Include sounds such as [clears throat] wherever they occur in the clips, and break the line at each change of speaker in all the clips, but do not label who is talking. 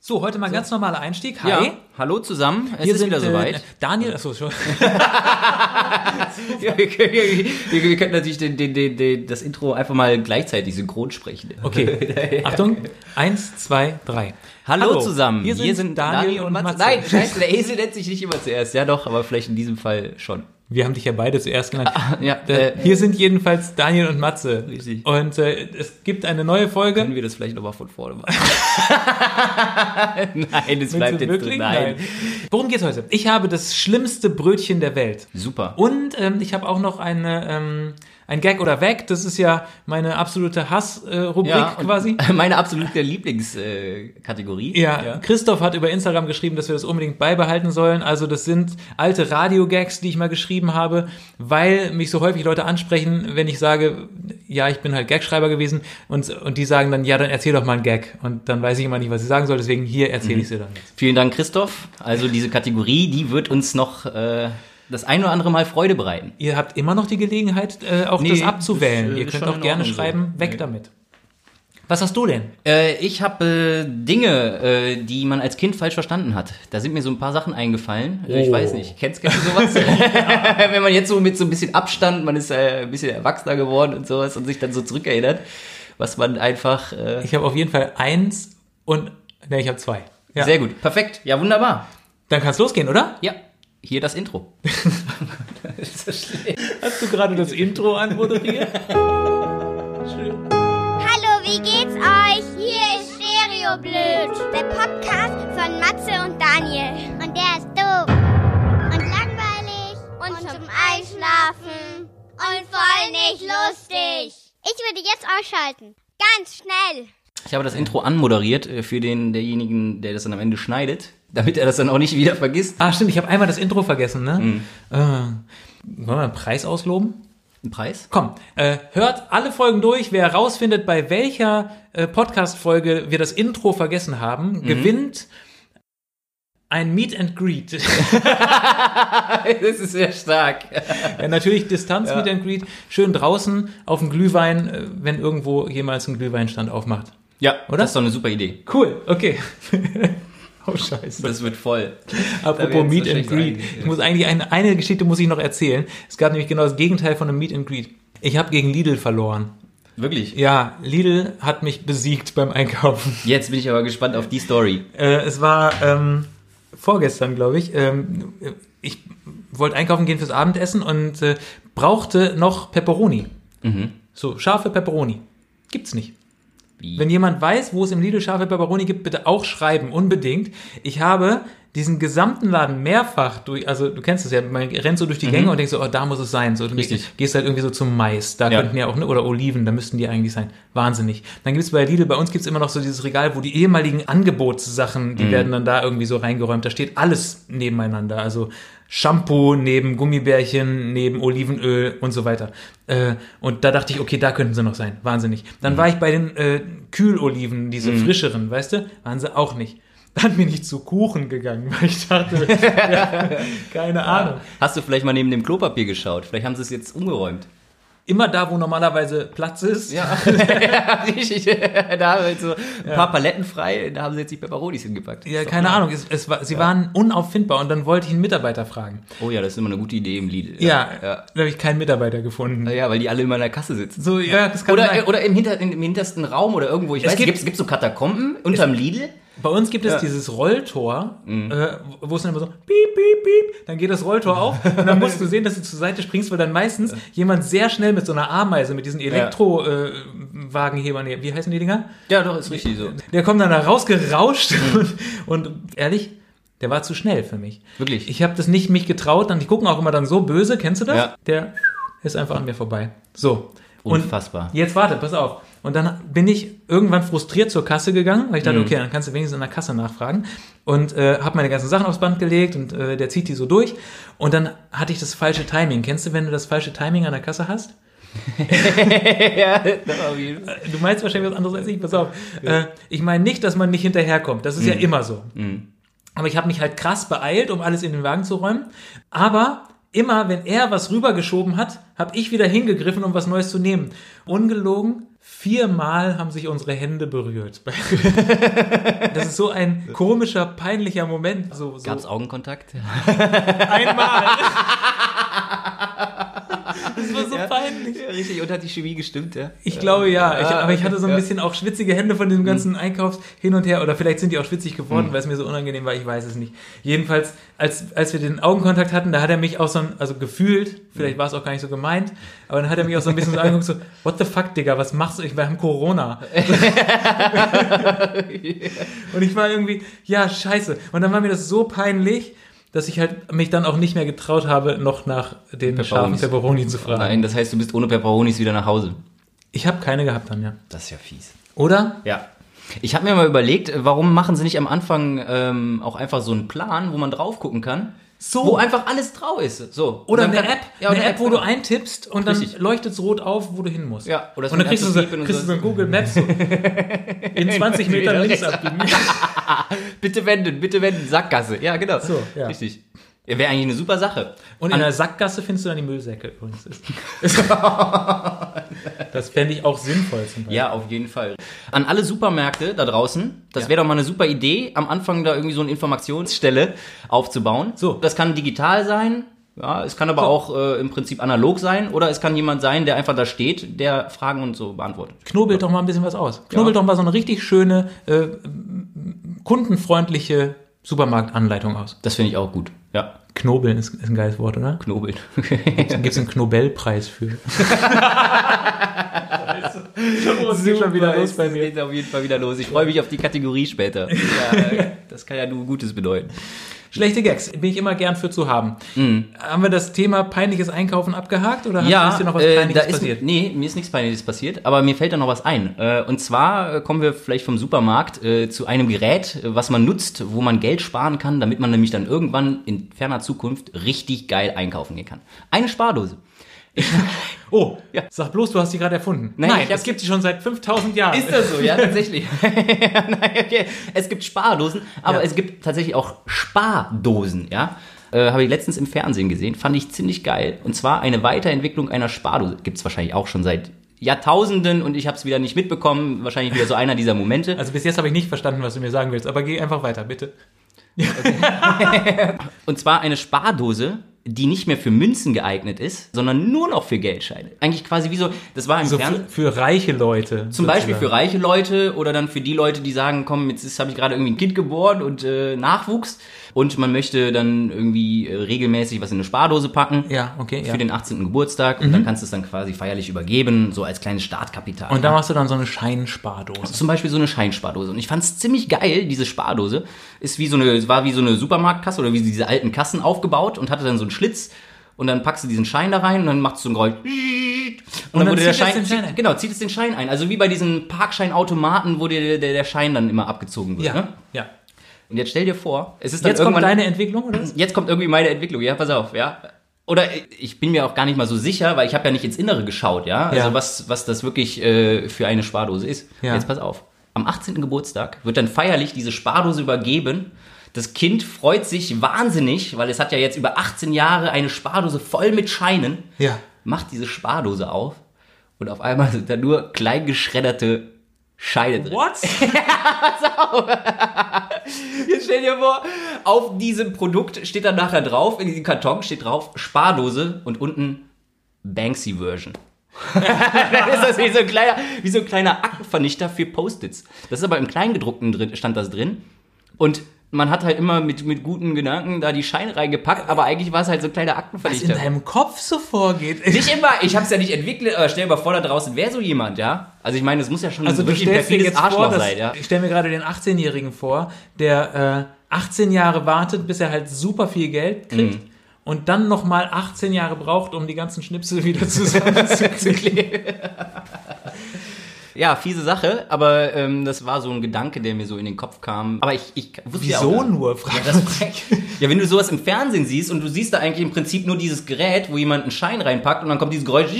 So, heute mal ein ganz normaler Einstieg. Hi.
Ja, hallo zusammen. Es ist wieder
äh,
soweit.
Daniel, achso, schon.
[laughs] Ja, wir, können, wir, wir könnten natürlich den, den, den, den, das Intro einfach mal gleichzeitig synchron sprechen.
Okay. Achtung. Eins, zwei, drei.
[laughs] Hallo, zusammen.
Hier sind, Daniel, und Matze.
Nein, scheiße, der Esel nennt sich nicht immer zuerst. Ja doch, aber vielleicht in diesem Fall
[laughs]
schon.
Wir haben dich ja beide zuerst
[laughs]
genannt.
ja,
Da-
äh,
Hier sind jedenfalls Daniel und Matze.
Richtig.
Und äh, es gibt eine neue Folge.
Können wir das vielleicht nochmal von
[laughs]
vorne machen? nein,
Willst
es bleibt
du
jetzt so.
wirklich?
Nein.
Worum geht's heute? Ich habe das schlimmste Brötchen der Welt.
Super.
Und ähm, ich habe auch noch eine, ähm, ein Gag oder Weg. Das ist ja meine absolute Hass-Rubrik
ja, und
quasi.
[laughs] Meine absolute Lieblingskategorie.
Ja, Christoph hat über Instagram geschrieben, dass wir das unbedingt beibehalten sollen. Also das sind alte Radio-Gags, die ich mal geschrieben habe, weil mich so häufig Leute ansprechen, wenn ich sage, ja, ich bin halt Gagschreiber gewesen und, und die sagen dann, ja, dann erzähl doch mal einen Gag. Und dann weiß ich immer nicht, was ich sagen soll, deswegen hier erzähle ich sie dann jetzt.
Vielen Dank, Christoph. Also diese Kategorie, die wird uns noch äh, das ein oder andere Mal Freude bereiten.
Ihr habt immer noch die Gelegenheit, äh, auch
Nee,
das abzuwählen.
das, äh,
Ihr
ist
könnt
schon
auch
in
gerne
Ordnung so.
schreiben, weg
Nee.
damit. Was hast du denn?
Äh, ich habe äh, Dinge, äh, die man als Kind falsch verstanden hat. Da sind mir so ein paar Sachen eingefallen. Äh, Ich
Oh.
weiß nicht. Kennst, kennst du [laughs] sowas? Wenn man jetzt so mit so ein bisschen Abstand, man ist äh, ein bisschen erwachsener geworden und sowas und sich dann so zurückerinnert, was man einfach. Äh,
Ich habe auf jeden Fall eins und, ne, ich habe zwei. Ja.
Sehr gut. Perfekt. Ja, wunderbar.
Dann kann's losgehen, oder?
Ja, hier das Intro. Das ist so schlecht.
Hast du gerade das Intro anmoderiert? Schön.
Hallo, wie geht's euch? Hier ist Stereo Blöd. Der Podcast von Matze und Daniel. Und der ist doof. Und langweilig. Und, zum Einschlafen. Und voll nicht lustig. Ich würde jetzt ausschalten. Ganz schnell.
ich habe das Intro anmoderiert äh, für den derjenigen, der das dann am Ende schneidet, damit er das dann auch nicht wieder vergisst.
Ah, stimmt, ich habe einmal das Intro vergessen, ne? Äh, wollen wir einen Preis ausloben?
Ein Preis?
Komm, äh, hört alle Folgen durch. Wer herausfindet, bei welcher äh, Podcast-Folge wir das Intro vergessen haben, gewinnt ein Meet and Greet.
[laughs] das ist sehr stark.
ja, natürlich Distanz Meet and Greet. Schön draußen auf dem Glühwein, äh, wenn irgendwo jemals ein Glühweinstand aufmacht.
Ja,
Oder?
oder? Das ist doch eine super Idee.
Cool, okay. [laughs] oh, scheiße.
Das wird voll.
Apropos
jetzt
Meet and
wahrscheinlich
Greet.
einige-
Ich muss eigentlich eine, eine Geschichte muss ich noch erzählen. Es gab nämlich genau das Gegenteil von einem Meet and Greet. Ich habe gegen Lidl verloren.
Wirklich?
Ja, Lidl hat mich besiegt beim Einkaufen.
Jetzt bin ich aber gespannt auf die Story.
Äh, es war ähm, vorgestern, glaube ich. Ähm, ich wollte einkaufen gehen fürs Abendessen und äh, brauchte noch Pepperoni.
Mhm.
So scharfe Pepperoni. Gibt's nicht.
Wie?
Wenn jemand weiß, wo es im Lidl scharfe Pepperoni gibt, bitte auch schreiben, unbedingt. Ich habe diesen gesamten Laden mehrfach durch, also du kennst es ja, man rennt so durch die Gänge und denkt so, oh, da muss es sein. So, du
Mhm. Richtig.
gehst halt irgendwie so zum Mais, da
Ja.
könnten ja auch, ne, oder Oliven, da müssten die eigentlich sein. Wahnsinnig. Dann gibt's bei Lidl, bei uns gibt's immer noch so dieses Regal, wo die ehemaligen Angebotssachen, die
Mhm.
werden dann da irgendwie so reingeräumt. Da steht alles nebeneinander. Also Shampoo neben Gummibärchen, neben Olivenöl und so weiter. Äh, und da dachte ich, okay, da könnten sie noch sein. Wahnsinnig. Dann
Mhm.
war ich bei den äh, Kühloliven, diese frischeren, weißt du? Waren sie auch nicht. Dann bin ich zu Kuchen gegangen, weil ich dachte, [laughs] keine Ahnung.
Hast du vielleicht mal neben dem Klopapier geschaut? Vielleicht haben sie es jetzt umgeräumt.
Immer da, wo normalerweise Platz ist,
[laughs] Ja, richtig. Da haben jetzt so ein paar Paletten frei, da haben sie jetzt die Peperonis hingepackt.
Ja,
Ist doch
keine
klar.
Ahnung. Es, es war, sie waren unauffindbar und dann wollte ich einen Mitarbeiter fragen.
Oh ja, das ist immer eine gute Idee im Lidl.
Ja,
ja.
da habe ich keinen Mitarbeiter gefunden.
Na ja, weil die alle immer in der Kasse sitzen.
So, ja, das kann sein.
Oder, äh, oder im, hinter, im hintersten Raum oder irgendwo. Ich
Es
weiß,
gibt-
gibt es so Katakomben unterm Lidl?
Bei uns gibt es
Ja. Mhm.
dieses Rolltor, äh, wo es dann immer so piep, piep, piep, dann geht das Rolltor auf und dann musst du sehen, dass du zur Seite springst, weil dann meistens jemand sehr schnell mit so einer Ameise, mit diesen Elektrowagenhebern, wie heißen die Dinger?
Ja, doch, ist richtig so.
Der kommt dann da rausgerauscht
Mhm.
und, und ehrlich, der war zu schnell für mich.
Wirklich?
Ich habe das nicht mich getraut. Dann, die gucken auch immer dann so böse, kennst du das?
Ja.
Der ist einfach an mir vorbei. So. Und
Unfassbar.
Jetzt warte, pass auf. Und dann bin ich irgendwann frustriert zur Kasse gegangen, weil ich
Mhm.
dachte, okay, dann kannst du wenigstens in der Kasse nachfragen. Und äh, habe meine ganzen Sachen aufs Band gelegt und äh, der zieht die so durch. Und dann hatte ich das falsche Timing. Kennst du, wenn du das falsche Timing an der Kasse hast?
Also-
Du meinst wahrscheinlich was anderes als ich, pass auf. Äh, ich meine nicht, dass man nicht hinterherkommt. Das ist
Mhm.
ja immer so. Aber ich habe mich halt krass beeilt, um alles in den Wagen zu räumen. Aber immer, wenn er was rübergeschoben hat, habe ich wieder hingegriffen, um was Neues zu nehmen. Ungelogen, Viermal haben sich unsere Hände berührt. [laughs] Das ist so ein komischer, peinlicher Moment. So, so
Gab's [laughs] Augenkontakt? [laughs]
einmal. Das war so
Ja.
peinlich.
richtig, und hat die Chemie gestimmt, ja?
Ich glaube ja, ich,
Ah,
aber ich
okay,
hatte so ein
ja. Mhm.
bisschen auch schwitzige Hände von diesem ganzen Einkaufs hin und her oder vielleicht sind die auch schwitzig geworden, weil es mir so unangenehm war, ich weiß es nicht. Jedenfalls, als, als wir den Augenkontakt hatten, da hat er mich auch so, ein, also gefühlt,
Mhm.
vielleicht war es auch gar nicht so gemeint, aber dann hat er mich auch so ein bisschen so angeguckt, so, what the fuck, Digga, was machst du? Ich, wir haben
[laughs]
Corona. und ich war irgendwie, ja, scheiße. Und dann war mir das so peinlich, dass ich halt mich dann auch nicht mehr getraut habe, noch nach den scharfen
Pepperonis.
Pepperoni zu fragen.
Nein, das heißt, du bist ohne Peperonis wieder nach Hause.
Ich habe keine gehabt dann, ja.
Das ist ja fies.
Oder?
Ja. Ich habe mir mal überlegt, warum machen sie nicht am Anfang ähm, auch einfach so einen Plan, wo man drauf gucken kann,
So.
wo einfach alles drauf ist. So.
Oder
Und
eine
dann kann-
App,
Ja,
eine
oder
App, wo du eintippst und dann
Richtig.
leuchtet es rot auf, wo du hin musst.
Ja, oder es
und dann
wird
kriegst du,
ganz
so,
beep und
kriegst du
so. [laughs]
so ein Google Maps so in 20 Metern links
Rechts.
abbiegen.
Bitte wenden, bitte wenden, Sackgasse. Ja, genau.
So, ja.
Richtig. Ja, Wäre eigentlich eine super Sache.
Und in der Sackgasse findest du dann die Müllsäcke übrigens.
[laughs]
Das fände ich auch sinnvoll zum Beispiel.
Ja, auf jeden Fall. An alle Supermärkte da draußen, das wäre doch mal eine super Idee, am Anfang da irgendwie so eine Informationsstelle aufzubauen.
So.
Das kann digital sein. Ja, es kann aber auch äh, im Prinzip analog sein oder es kann jemand sein, der einfach da steht, der Fragen und so beantwortet.
Knobelt doch mal ein bisschen was aus. Knobelt doch mal so eine richtig schöne, äh, kundenfreundliche Supermarktanleitung aus.
Das finde ich auch gut. Ja,
Knobeln ist, ist ein geiles Wort, oder? [laughs]
knobeln.
Da gibt es einen Knobelpreis für.
[laughs]
[laughs] Es geht schon wieder los bei mir.
Es geht auf jeden Fall wieder los. Ich freue mich auf die
[laughs]
Kategorie später. Ja, äh, das kann ja nur Gutes bedeuten.
Schlechte Gags bin ich immer gern für zu haben.
Mhm.
Haben wir das Thema peinliches Einkaufen abgehakt oder hast- ist dir noch was
äh,
Peinliches
da ist,
passiert?
Nee, mir ist nichts Peinliches passiert, aber mir fällt da noch was ein. Äh, und zwar äh, kommen wir vielleicht vom Supermarkt äh, zu einem Gerät, äh, was man nutzt, wo man Geld sparen kann, damit man nämlich dann irgendwann in ferner Zukunft richtig geil einkaufen gehen kann. Eine Spardose.
Oh,
Ja.
sag bloß, du hast die gerade erfunden.
Nein, ich
das
hab-
gibt sie schon seit 5000 Jahren.
Ist das so?
[laughs]
Ja, tatsächlich. Nein, okay. Es gibt Spardosen, aber
Ja.
es gibt tatsächlich auch Spardosen, ja. Äh, Habe ich letztens im Fernsehen gesehen, fand ich ziemlich geil. Und zwar eine Weiterentwicklung einer Spardose. Gibt es wahrscheinlich auch schon seit Jahrtausenden und ich habe es wieder nicht mitbekommen. Wahrscheinlich wieder so einer dieser Momente.
Also bis jetzt habe ich nicht verstanden, was du mir sagen willst, aber geh einfach weiter, bitte.
Und zwar eine Spardose, die nicht mehr für Münzen geeignet ist, sondern nur noch für Geldscheine. Eigentlich quasi wie so, das war im
So
Fernsehen.
Also für, für reiche Leute.
Zum Beispiel für reiche Leute oder dann für die Leute, die sagen, komm, jetzt ist- habe ich gerade irgendwie ein Kind geboren und äh, Nachwuchs und man möchte dann irgendwie äh, regelmäßig was in eine Spardose packen.
Ja, okay,
Für
ja. Mhm.
den 18. Geburtstag und dann kannst du es dann quasi feierlich übergeben, so als kleines Startkapital.
Und da machst du dann so eine Scheinspardose.
zum Beispiel so eine Scheinspardose. Und ich fand es ziemlich geil, diese Spardose. Ist wie so eine, war wie so eine Supermarktkasse oder wie diese alten Kassen aufgebaut und hatte dann so einen Schlitz. Und dann packst du diesen Schein da rein und dann machst du so ein Geräusch. Und,
dann
wurde der
zieht es
Schein,
den Schein ein.
genau, zieht es den Schein ein. Also wie bei diesen Parkscheinautomaten, wo dir der, der Schein dann immer abgezogen wird. Ne?
ja.
Und jetzt stell dir vor, es ist dann
Jetzt kommt
irgendwann
deine Entwicklung, oder? was?
jetzt kommt irgendwie meine Entwicklung, ja, pass auf, ja. Oder ich bin mir auch gar nicht mal so sicher, weil ich habe ja nicht ins Innere geschaut, ja. Also
Ja.
was, was das wirklich äh, für eine Spardose ist.
Ja.
Jetzt pass auf. Am 18. Geburtstag wird dann feierlich diese Spardose übergeben. Das Kind freut sich wahnsinnig, weil es hat ja jetzt über 18 Jahre eine Spardose voll mit Scheinen.
Ja.
Macht diese Spardose auf und auf einmal sind da nur klein geschredderte Scheine drin. [laughs]
What?
Jetzt stell dir vor, auf diesem Produkt steht dann nachher drauf, in diesem Karton steht drauf Spardose und unten Banksy Version. [laughs] dann ist das wie so ein kleiner, wie so ein kleiner Aktenvernichter für Post-its. Das ist aber im Kleingedruckten drin, stand das drin. Und man hat halt immer mit, mit guten Gedanken da die Scheine reingepackt, aber eigentlich war es halt so ein kleiner
Was in
Aktenvernichter.
deinem Kopf so vorgeht.
Nicht immer, ich hab's ja nicht entwickelt, aber stell dir mal vor, da draußen wäre so jemand, ja? Also ich meine, es muss ja schon
Also du
wirklich ein
stellst dir
perfides
jetzt vor,
Arschloch
dass,
sein, ja?
ich stelle mir gerade den 18-Jährigen vor, der äh, 18 Jahre wartet, bis er halt super viel Geld kriegt
Mhm.
und dann nochmal 18 Jahre braucht, um die ganzen Schnipsel wieder [laughs] zusammenzukriegen.
[laughs] Ja, fiese Sache, aber ähm, das war so ein Gedanke, der mir so in den Kopf kam. Aber ich, ich wusste ja auch
Wieso
gar nicht.
nur? Fragt
Ja, das [laughs] ja, wenn du sowas im Fernsehen siehst und du siehst da eigentlich im Prinzip nur dieses Gerät, wo jemand einen Schein reinpackt und dann kommt dieses Geräusch,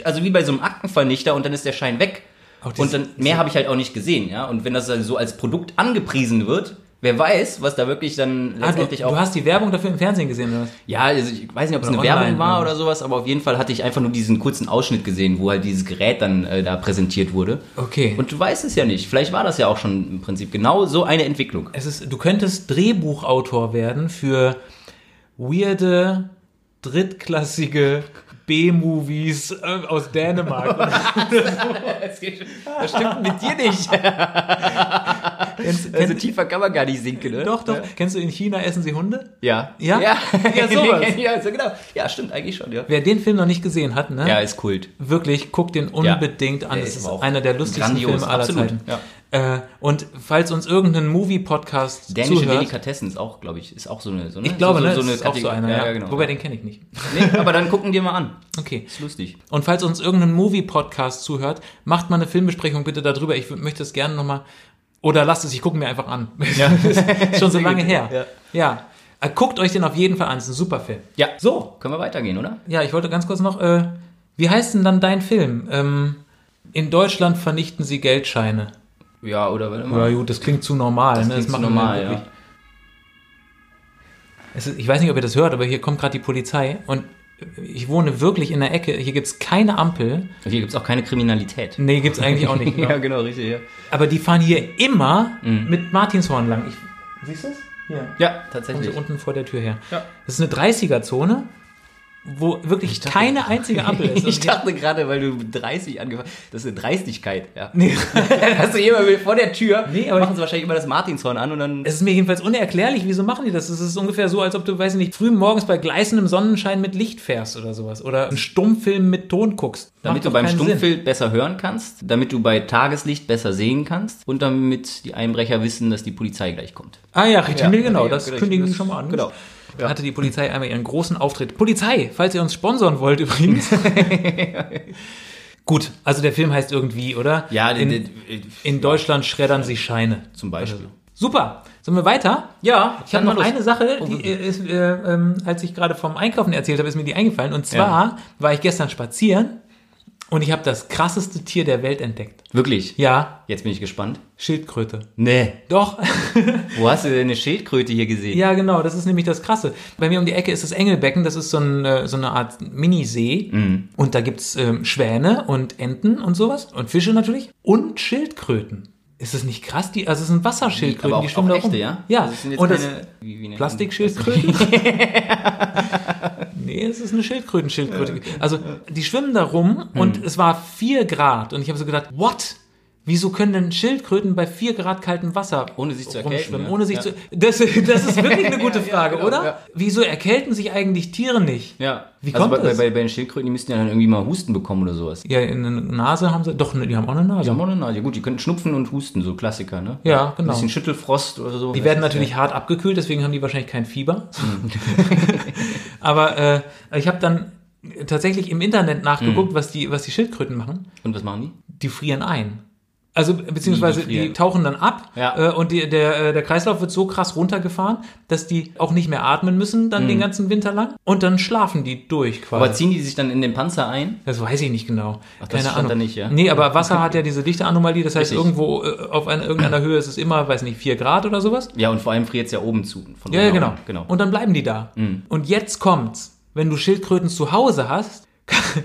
[laughs] also wie bei so einem Aktenvernichter und dann ist der Schein weg.
Auch dieses-
Und dann mehr habe ich halt auch nicht gesehen, ja. Und wenn das also so als Produkt angepriesen wird, Wer weiß, was da wirklich dann
Ah, du,
letztendlich auch
du hast die Werbung dafür im Fernsehen gesehen, oder was?
Ja, also ich weiß nicht, ob es
Oder
eine
online,
Werbung war
oder?
oder sowas, aber auf jeden Fall hatte ich einfach nur diesen kurzen Ausschnitt gesehen, wo halt dieses Gerät dann äh, da präsentiert wurde.
Okay.
Und du weißt es ja nicht. Vielleicht war das ja auch schon im Prinzip genau so eine [laughs] Entwicklung.
Es ist, du könntest Drehbuchautor werden für weirde, drittklassige B-Movies äh, aus
[laughs]
Dänemark.
Das stimmt mit dir [laughs] nicht.
kennst,
Also
kennst,
tiefer kann man gar nicht sinken, ne?
doch, doch. Kennst du, in China essen sie Hunde?
Ja.
Ja?
[laughs] Ja,
Ja, sowas.
ja, so genau. Ja, stimmt eigentlich schon, ja.
Wer den Film noch nicht gesehen hat, ne?
Ja, ist Kult.
Wirklich, guck den unbedingt an.
Der
Das
ist
ist
aber auch
einer der lustigsten
grandios,
Filme aller
absolut,
Zeiten.
ja.
Äh, und falls uns irgendein Movie-Podcast
Dänische
zuhört,
Delikatessen ist auch, glaube ich, ist auch so eine so eine,
ich glaube,
so,
ne,
so, so eine
ist auch so
Kategorie.
einer.
Ja,
Ja,
ja, genau.
Wobei, den kenne ich nicht.
nee, aber dann gucken dir mal an.
Okay.
Ist lustig.
Und falls uns irgendein Movie-Podcast zuhört, macht mal eine Filmbesprechung bitte darüber. Ich wür- möchte es gerne nochmal. Oder lasst es, ich gucke mir einfach an. [laughs] ist schon so lange her.
Ja.
ja. Äh, Guckt euch den auf jeden Fall an. Ist ein super Film.
Ja.
So.
Können wir weitergehen, oder?
Ja, ich wollte ganz kurz noch. Äh, wie heißt denn dann dein Film? Ähm, in Deutschland vernichten sie Geldscheine.
Ja, oder warte mal.
Ja, gut, das klingt zu normal. ne?
klingt zu
machen wir
normal,
wirklich.
ja.
Es ist, ich weiß nicht, ob ihr das hört, aber hier kommt gerade die Polizei und ich wohne wirklich in der Ecke. Hier gibt es keine Ampel.
Und Hier gibt's auch keine Kriminalität.
Nee, gibt es eigentlich auch
[laughs]
nicht. genau.
genau, richtig, ja.
Aber die fahren hier immer
Mhm.
mit Martinshorn lang. Ich, siehst du es? Ja.
Ja,
Und
tatsächlich.
so unten vor der Tür her.
Ja.
Das ist eine 30er-Zone, wo wirklich keine einzige
[laughs]
Ampel ist.
ich
Also
dachte gerade, weil du mit 30 angefangen hast, das ist eine Dreistigkeit, ja. [laughs]
Nee.
Dass du immer vor der Tür,
Nee, aber
machen sie wahrscheinlich immer das Martinshorn an und dann...
Es ist mir jedenfalls unerklärlich, wieso machen die das? Es ist ungefähr so, als ob du, weiß ich nicht, früh morgens bei gleißendem Sonnenschein mit Licht fährst oder sowas. Oder einen Stummfilm mit Ton guckst.
Damit
Macht
du
doch
beim
keinen
Stummfilm besser hören kannst, damit du bei Tageslicht besser sehen kannst und damit die Einbrecher wissen, dass die Polizei gleich kommt.
Ah ja, richtig,
Ja,
nee, genau,
ja,
das
genau,
kündigen die
das-
schon mal an.
genau.
Da hatte die Polizei einmal ihren großen Auftritt. Polizei, falls ihr uns sponsoren wollt
[laughs]
übrigens. Gut, also der Film heißt irgendwie, oder? in, in Deutschland schreddern sie Scheine.
zum Beispiel.
Also- Super, sind wir weiter?
Ja,
Ich habe noch eine Sache,
Oh,
die
bitte.
äh, ist, äh, ähm, als ich gerade vom Einkaufen erzählt habe, ist mir die eingefallen. Und zwar war ich gestern spazieren und ich habe das krasseste Tier der Welt entdeckt.
Wirklich?
Ja,
Jetzt bin ich gespannt.
Schildkröte.
Nee.
Doch. [laughs]
Wo hast du denn eine Schildkröte hier gesehen?
Ja, genau, das ist nämlich das Krasse. Bei mir um die Ecke ist das Engelbecken, das ist so, ein, äh, so eine Art Minisee.
Mhm.
Und da gibt's ähm, Schwäne und Enten und sowas. Und Fische natürlich. Und Schildkröten. Ist das nicht krass? Die, also es sind Wasserschildkröten,
Aber auch,
die schwimmen
auch
da rum.
echte, ja?
Ja,
Das sind jetzt
und das
keine, wie, wie nennt man-
Plastikschildkröten?
[laughs]
nee, es ist eine Schildkröten-Schildkröte. Also die schwimmen da rum
Hm.
und es war 4 Grad. Und ich habe so gedacht, what? Wieso können denn Schildkröten bei 4 Grad kaltem Wasser
Ohne sich zu erkälten,
rumschwimmen?
ja.
Ohne sich
Ja.
zu, das, das ist wirklich eine gute Frage,
genau,
oder?
[laughs] ja.
Wieso erkälten sich eigentlich Tiere nicht?
Ja.
Wie
also
kommt
bei,
das?
Bei, bei den Schildkröten, die müssten ja dann irgendwie mal Husten bekommen oder sowas.
Ja, eine Nase haben sie. Doch, ne, die haben auch eine Nase.
Die haben auch eine Nase. Gut, die können schnupfen und husten, so Klassiker, ne?
Ja, genau.
Ein bisschen Schüttelfrost oder so.
Die werden natürlich hart abgekühlt, deswegen haben die wahrscheinlich kein Fieber.
Hm.
[laughs] Aber äh, ich habe dann tatsächlich im Internet
Hm.
nachgeguckt, was, die, was die Schildkröten machen.
Und was machen die?
Die frieren ein. Also beziehungsweise
Wie, die
die,
frieren?
tauchen dann ab
Ja.
äh, und die, der, äh, der Kreislauf wird so krass runtergefahren, dass die auch nicht mehr atmen müssen dann den ganzen Winter lang und dann schlafen die durch quasi.
Hm. Aber ziehen die sich dann in den Panzer ein?
Das weiß ich nicht genau.
das
Keine
stand
Ahnung.
da nicht, ja?
Nee, aber
[laughs]
Wasser hat ja diese Dichteanomalie, das heißt,
Richtig.
irgendwo äh, auf einer,
[clears throat]
irgendeiner Höhe ist es immer, weiß nicht, 4 Grad oder sowas.
Ja, und vor allem friert es ja oben zu. Von
Ja, ja,
oben
genau.
nach unten.
Und dann bleiben die da.
Mhm.
Und jetzt kommt's. Wenn du Schildkröten zu Hause hast, [laughs] kann,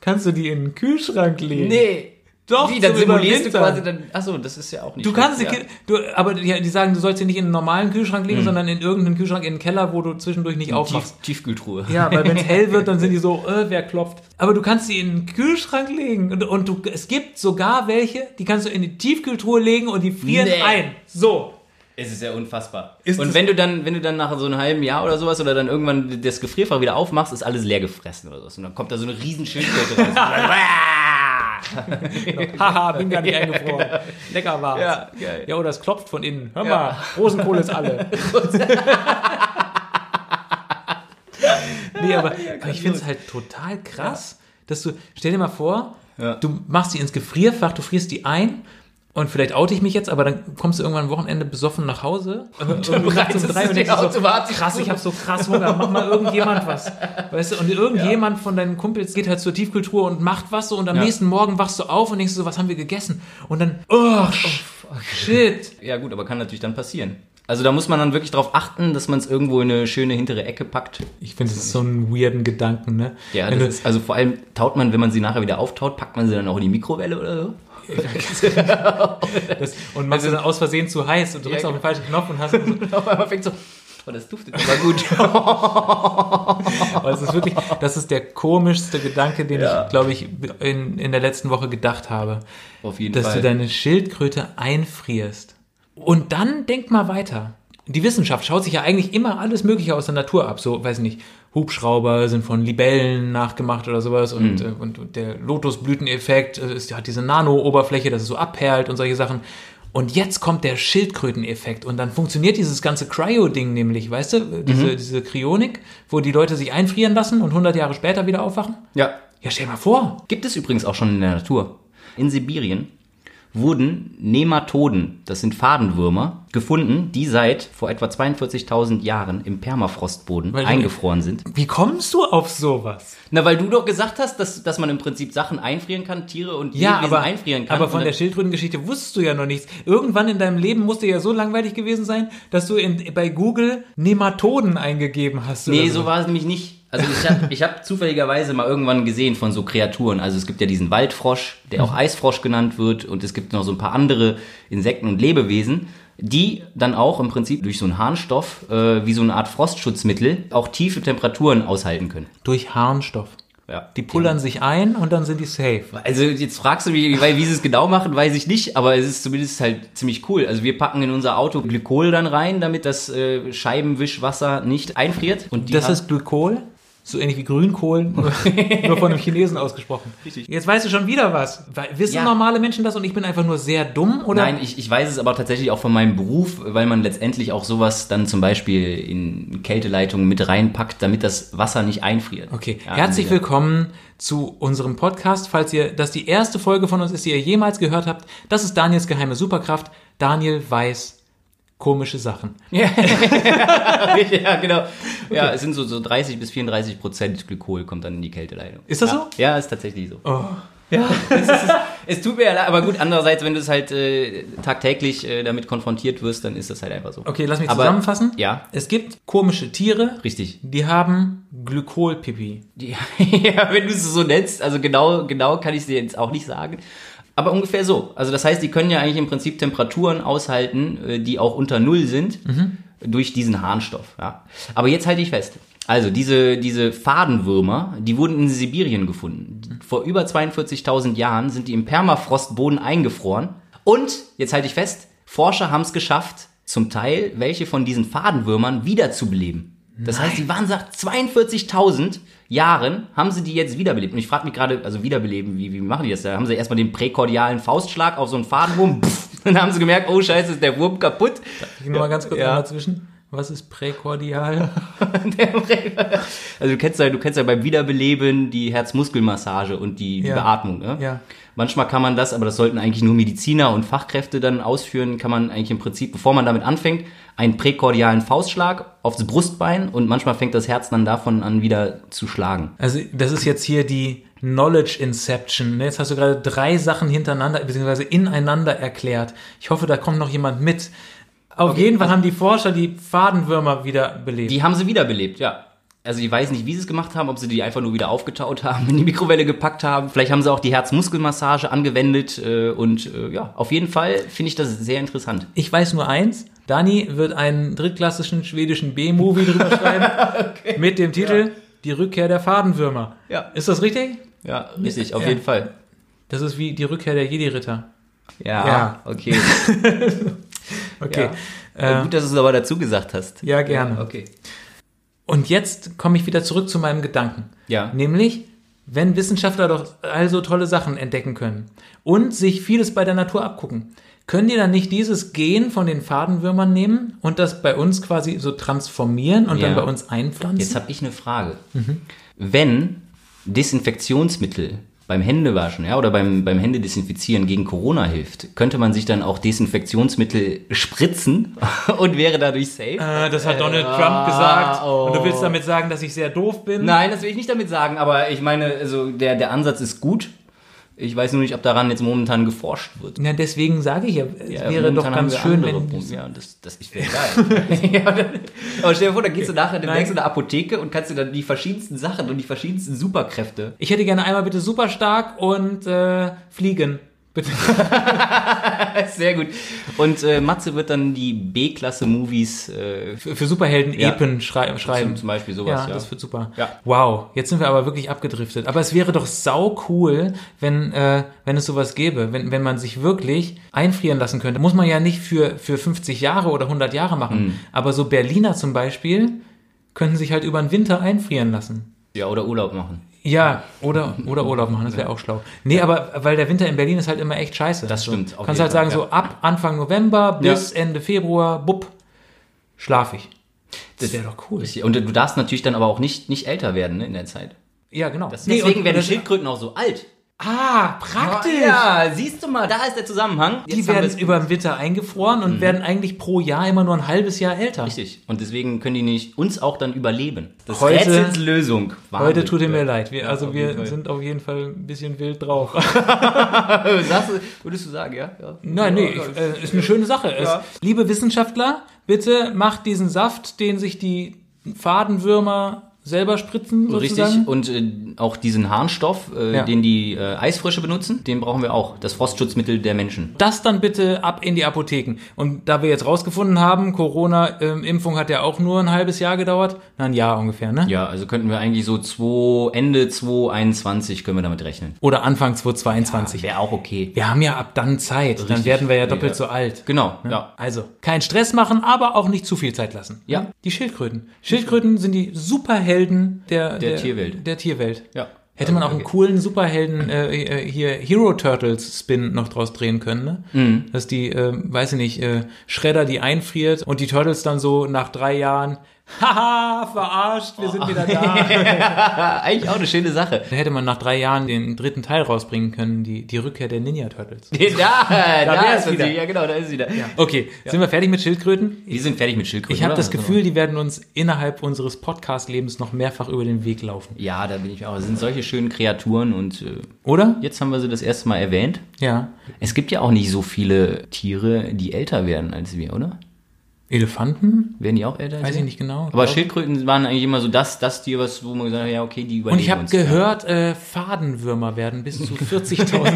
kannst du die in den Kühlschrank legen.
Nee.
Doch,
Wie, dann
zum
simulierst du
Überwintern.
quasi dann. Achso, das ist ja Mhm. auch nicht.
Du kannst sie,
schlecht,
du, aber die, die sagen, du sollst sie nicht in einen normalen Kühlschrank legen, sondern in irgendeinen Kühlschrank in den Keller, wo du zwischendurch nicht
ja.
aufmachst.
Tief, Tiefkühltruhe.
Ja, weil wenn es hell wird, dann sind die so, äh, wer klopft. Aber du kannst sie in den Kühlschrank legen und, und du, es gibt sogar welche, die kannst du in die Tiefkühltruhe legen und die frieren
Nee.
ein. So.
[laughs] Es ist ja unfassbar.
Ist
und
das-
wenn du dann, wenn du dann nach so einem halben Jahr oder sowas oder dann irgendwann das Gefrierfach wieder aufmachst, ist alles leer gefressen oder sowas. Und dann kommt da so eine riesen Schildkröte
[laughs]
raus.
Haha, bin
[laughs]
gar nicht eingefroren. Lecker war's.
Genau. Ja, geil.
ja, oder es klopft von innen. Hör
Ja.
mal, Rosenkohl ist
[laughs]
alle. nee, aber, aber ich finde es halt total krass, dass du, stell dir mal vor,
Ja.
du machst die ins Gefrierfach, du frierst die ein. Und vielleicht oute ich mich jetzt, aber dann kommst du irgendwann am Wochenende besoffen nach Hause. [laughs] Und um
bereitest du dir automatisch
krass, ich habe so krass Hunger, mach mal irgendjemand was. Weißt du, und irgendjemand von deinen Kumpels geht halt zur Tiefkultur und macht was so und am
Ja.
nächsten Morgen wachst du auf und denkst so, was haben wir gegessen? Und dann, oh, shit.
ja gut, aber kann natürlich dann passieren. Also da muss man dann wirklich darauf achten, dass man es irgendwo in eine schöne hintere Ecke packt.
Ich finde es so einen weirden Gedanken, ne?
Ja,
Wenn
das
du-
ist, also vor allem taut man, wenn man sie nachher wieder auftaut, packt man sie dann auch in die Mikrowelle oder so. [laughs]
[laughs] das, und machst du dann aus Versehen zu heiß und drückst
Ja,
auf den falschen Knopf und hast
Und auf einmal fängt so, oh, das duftet aber
[laughs]
gut.
Aber es ist wirklich, das ist der komischste Gedanke, den
Ja.
ich, glaube ich, in, in der letzten Woche gedacht habe.
Auf jeden
dass
Fall.
du deine Schildkröte einfrierst. Und dann denk mal weiter. Die Wissenschaft schaut sich ja eigentlich immer alles Mögliche aus der Natur ab. So, weiß nicht, Hubschrauber sind von Libellen nachgemacht oder sowas.
Hm.
Und, äh, und der Lotusblüteneffekt äh, ist, hat diese Nano-Oberfläche, dass es so abperlt und solche Sachen. Und jetzt kommt der Schildkröteneffekt und dann funktioniert dieses ganze Cryo-Ding nämlich, weißt du, äh, diese,
Mhm.
diese Kryonik, wo die Leute sich einfrieren lassen und 100 Jahre später wieder aufwachen.
ja.
Ja, stell dir mal vor.
Gibt es übrigens auch schon in der Natur. In Sibirien wurden Nematoden, das sind Fadenwürmer, gefunden, die seit vor etwa 42.000 Jahren im Permafrostboden
Weil die-
eingefroren sind.
Wie kommst du auf sowas?
Na, weil du doch gesagt hast, dass, dass man im Prinzip Sachen einfrieren kann, Tiere und
Ja,
Lebewesen
aber,
einfrieren kann.
aber von
Und
der
dann-
Schildkrötengeschichte wusstest du ja noch nichts. Irgendwann in deinem Leben musste ja so langweilig gewesen sein, dass du in, bei Google Nematoden eingegeben hast.
Nee,
oder
so war es nämlich nicht. Also ich habe ich hab zufälligerweise mal irgendwann gesehen von so Kreaturen. Also es gibt ja diesen Waldfrosch, der
Mhm.
auch Eisfrosch genannt wird und es gibt noch so ein paar andere Insekten und Lebewesen, die dann auch im Prinzip durch so einen Harnstoff äh, wie so eine Art Frostschutzmittel auch tiefe Temperaturen aushalten können.
Durch Harnstoff.
Ja.
Die pullern sich ein und dann sind die safe.
Also jetzt fragst du mich, weil, wie sie es genau machen, weiß ich nicht, aber es ist zumindest halt ziemlich cool. Also wir packen in unser Auto Glykol dann rein, damit das äh, Scheibenwischwasser nicht einfriert. Und die
das
haben-
ist Glykol, so ähnlich wie Grünkohl,
[laughs]
nur nur von einem Chinesen ausgesprochen.
Richtig.
Jetzt weißt du schon wieder was. Weil- Wissen
Ja.
normale Menschen das und ich bin einfach nur sehr dumm? Oder?
Nein, ich, ich weiß es aber tatsächlich auch von meinem Beruf, weil man letztendlich auch sowas dann zum Beispiel in Kälteleitungen mit reinpackt, damit das Wasser nicht einfriert.
Okay,
Ja,
herzlich
also-
willkommen zu unserem Podcast. Falls ihr, das die erste Folge von uns ist, die ihr jemals gehört habt, das ist Daniels geheime Superkraft. Daniel weiß komische Sachen.
[laughs] ja, genau. Ja, es sind so, so 30 bis 34 Prozent Glykol kommt dann in die Kälteleitung.
Ist das
ja.
so?
Ja, ist tatsächlich so. Ja, es, ist, es tut mir ja leid, aber gut, andererseits, wenn du es halt äh, tagtäglich äh, damit konfrontiert wirst, dann ist das halt einfach so.
Okay, lass mich
Aber-
zusammenfassen.
Ja,
Es gibt komische Tiere,
richtig. [laughs]
die haben Glykolpipi.
Ja, ja, wenn du es so nennst, also genau, genau kann ich es dir jetzt auch nicht sagen. Aber ungefähr so. Also das heißt, die können ja eigentlich im Prinzip Temperaturen aushalten, äh, die auch unter Null sind,
Mhm.
durch diesen Harnstoff. Ja. Aber jetzt halte ich fest. Also diese, diese Fadenwürmer, die wurden in Sibirien gefunden. Vor über 42.000 Jahren sind die im Permafrostboden eingefroren. Und, jetzt halte ich fest, Forscher haben es geschafft, zum Teil welche von diesen Fadenwürmern wiederzubeleben. Das heißt, die waren seit 42.000 Jahren, haben sie die jetzt wiederbelebt. Und ich frage mich gerade, also wiederbeleben, wie, wie machen die das? Da haben sie erstmal den präkordialen Faustschlag auf so einen Fadenwurm. [laughs] pff, Dann haben sie gemerkt, oh scheiße, ist der Wurm kaputt.
Ich nur mal ganz kurz dazwischen. Was ist präkordial?
Also du kennst ja, du kennst ja beim Wiederbeleben die Herzmuskelmassage und die
Ja.
Beatmung. Ne?
Ja.
Manchmal kann man das, aber das sollten eigentlich nur Mediziner und Fachkräfte dann ausführen, kann man eigentlich im Prinzip, bevor man damit anfängt, einen präkordialen Faustschlag aufs Brustbein und manchmal fängt das Herz dann davon an wieder zu schlagen.
Also, das ist jetzt hier die Knowledge Inception. ne? Jetzt hast du gerade drei Sachen hintereinander bzw. ineinander erklärt. Ich hoffe, da kommt noch jemand mit. Auf jeden Fall haben die Forscher die Fadenwürmer wieder belebt.
Die haben sie wiederbelebt, ja. Also ich weiß nicht, wie sie es gemacht haben, ob sie die einfach nur wieder aufgetaut haben, [laughs] in die Mikrowelle gepackt haben. Vielleicht haben sie auch die Herzmuskelmassage angewendet äh, und äh, ja, auf jeden Fall finde ich das sehr interessant.
ich weiß nur eins. Dani wird einen drittklassischen schwedischen B-Movie drüber
[laughs]
schreiben mit dem Titel Die Rückkehr der Fadenwürmer.
Ja.
Ist das richtig?
Ja, richtig, auf
Ja.
jeden Fall.
Das ist wie die Rückkehr der Jedi-Ritter.
Ja,
Ja.
okay.
[laughs] Okay.
Ja.
Äh,
Gut, dass du es aber dazu gesagt hast.
ja, gerne.
Okay.
Und jetzt komme ich wieder zurück zu meinem Gedanken.
Ja.
Nämlich, wenn Wissenschaftler doch also tolle Sachen entdecken können und sich vieles bei der Natur abgucken, können die dann nicht dieses Gen von den Fadenwürmern nehmen und das bei uns quasi so transformieren und
Ja.
dann bei uns einpflanzen?
Jetzt habe ich eine Frage.
Mhm.
Wenn Desinfektionsmittel beim Händewaschen ja, oder beim, beim Händedesinfizieren gegen Corona hilft, könnte man sich dann auch Desinfektionsmittel spritzen [laughs] und wäre dadurch safe?
Äh, das hat Donald Trump gesagt. Und du willst damit sagen, dass ich sehr doof bin?
Nein, das will ich nicht damit sagen, aber ich meine, also der, der Ansatz ist gut. Ich weiß nur nicht, ob daran jetzt momentan geforscht wird.
Na, deswegen sage ich ja, es wäre
momentan
doch
haben
ganz
wir
schön,
andere
wenn.
Probleme. Ja, das, das [laughs] ich wäre geil. ja, dann- aber stell dir vor, dann gehst du nachher
Nein.
demnächst in der Apotheke und kannst dir dann die verschiedensten Sachen und die verschiedensten Superkräfte. [laughs]
Ich hätte gerne einmal bitte super stark und äh, fliegen. Bitte.
Sehr gut. Und äh, Matze wird dann die B-Klasse-Movies äh,
Für, für Superhelden
Ja.
Epen schrei schreiben.
zum, zum Beispiel sowas,
ja,
ja.
das wird super.
Ja.
Wow, jetzt sind wir aber wirklich abgedriftet. Aber es wäre doch sau cool, wenn, äh, wenn es sowas gäbe, wenn, wenn man sich wirklich einfrieren lassen könnte. Muss man ja nicht für, für 50 Jahre oder 100 Jahre machen.
Mhm.
Aber so Berliner zum Beispiel könnten sich halt über den Winter einfrieren lassen.
ja, oder Urlaub machen.
Ja, oder, oder Urlaub machen, das wäre auch schlau. Nee, aber weil der Winter in Berlin ist halt immer echt scheiße.
Das stimmt, auf
Kannst
jeden
halt sagen,
Fall,
so ab Anfang November bis
Ja.
Ende Februar, bupp, schlaf ich.
Das
wär doch cool.
Und du darfst natürlich dann aber auch nicht, nicht älter werden ne, in der Zeit.
Ja, genau. Nee,
Deswegen
und-
werden
das-
Schildkröten auch so alt.
Ah, praktisch.
Ja, siehst du mal, da ist der Zusammenhang.
Die
Jetzt haben
werden
wir's- Mhm.
über den Winter eingefroren und werden eigentlich pro Jahr immer nur ein halbes Jahr älter.
Richtig. Und deswegen können die nicht uns auch dann überleben. Das
Heute-
Rätsels Lösung.
Heute tut ihr mir leid. Wir, also
auf
wir
jeden Fall.
sind auf jeden Fall ein bisschen wild drauf.
[laughs] Sagst du, würdest du sagen, ja? ja.
Nein, nee,
Ja,
ich, äh, ist eine schöne Sache. Es,
Ja.
liebe Wissenschaftler, bitte macht diesen Saft, den sich die Fadenwürmer selber spritzen, sozusagen.
Richtig. Und äh, auch diesen Harnstoff, äh,
Ja.
den die äh, Eisfrische benutzen, den brauchen wir auch. Das Frostschutzmittel der Menschen.
Das dann bitte ab in die Apotheken. Und da wir jetzt rausgefunden haben, Corona-Impfung hat ja auch nur ein halbes Jahr gedauert. Na, ein Jahr ungefähr, ne?
Ja, also könnten wir eigentlich so zwei, Ende 2021 können wir damit rechnen.
Oder Anfang 2022.
Wäre auch okay.
Wir haben Ah, ja ab dann Zeit, dann
Richtig.
werden wir ja doppelt
Ja.
so alt.
Genau, ja.
Also, keinen Stress machen, aber auch nicht zu viel Zeit lassen. Ne?
Ja.
Die Schildkröten. Schildkröten sind die Superhelden der,
Der Tierwelt.
Der Tierwelt.
Ja. Also
Hätte man auch einen
Okay.
coolen Superhelden äh, äh, hier Hero Turtles Spin noch draus drehen können, ne?
Mhm.
Dass die, äh, weiß ich nicht, äh, Shredder die einfriert und die Turtles dann so nach drei Jahren, haha, verarscht, wir sind
[laughs]
wieder da.
Ah, eigentlich auch eine schöne Sache.
[laughs]
[laughs]
da hätte man nach drei Jahren den dritten Teil rausbringen können, die, die Rückkehr der Ninja Turtles.
Da, da,
wär's
ist sie.
wieder.
Ja, genau, da ist sie wieder.
Okay, sind wir fertig mit Schildkröten?
Wir sind fertig mit Schildkröten.
Ich habe
oder?
das
Also-
Gefühl, die werden uns innerhalb unseres Podcast-Lebens noch mehrfach über den Weg laufen.
Ja, da bin ich auch. Es sind solche schönen Kreaturen und äh,
Oder?
jetzt haben wir sie das erste Mal erwähnt.
Ja.
Es gibt ja auch nicht so viele Tiere, die älter werden als wir, oder?
Elefanten?
Werden die auch älter? Als
Weiß
wir?
ich nicht genau.
Aber
Glaub-
Schildkröten waren eigentlich immer so das, das Tier, was wo man gesagt hat, ja, okay, die überleben
Und ich habe
uns.
gehört, äh, Fadenwürmer werden bis zu
[laughs]
40.000.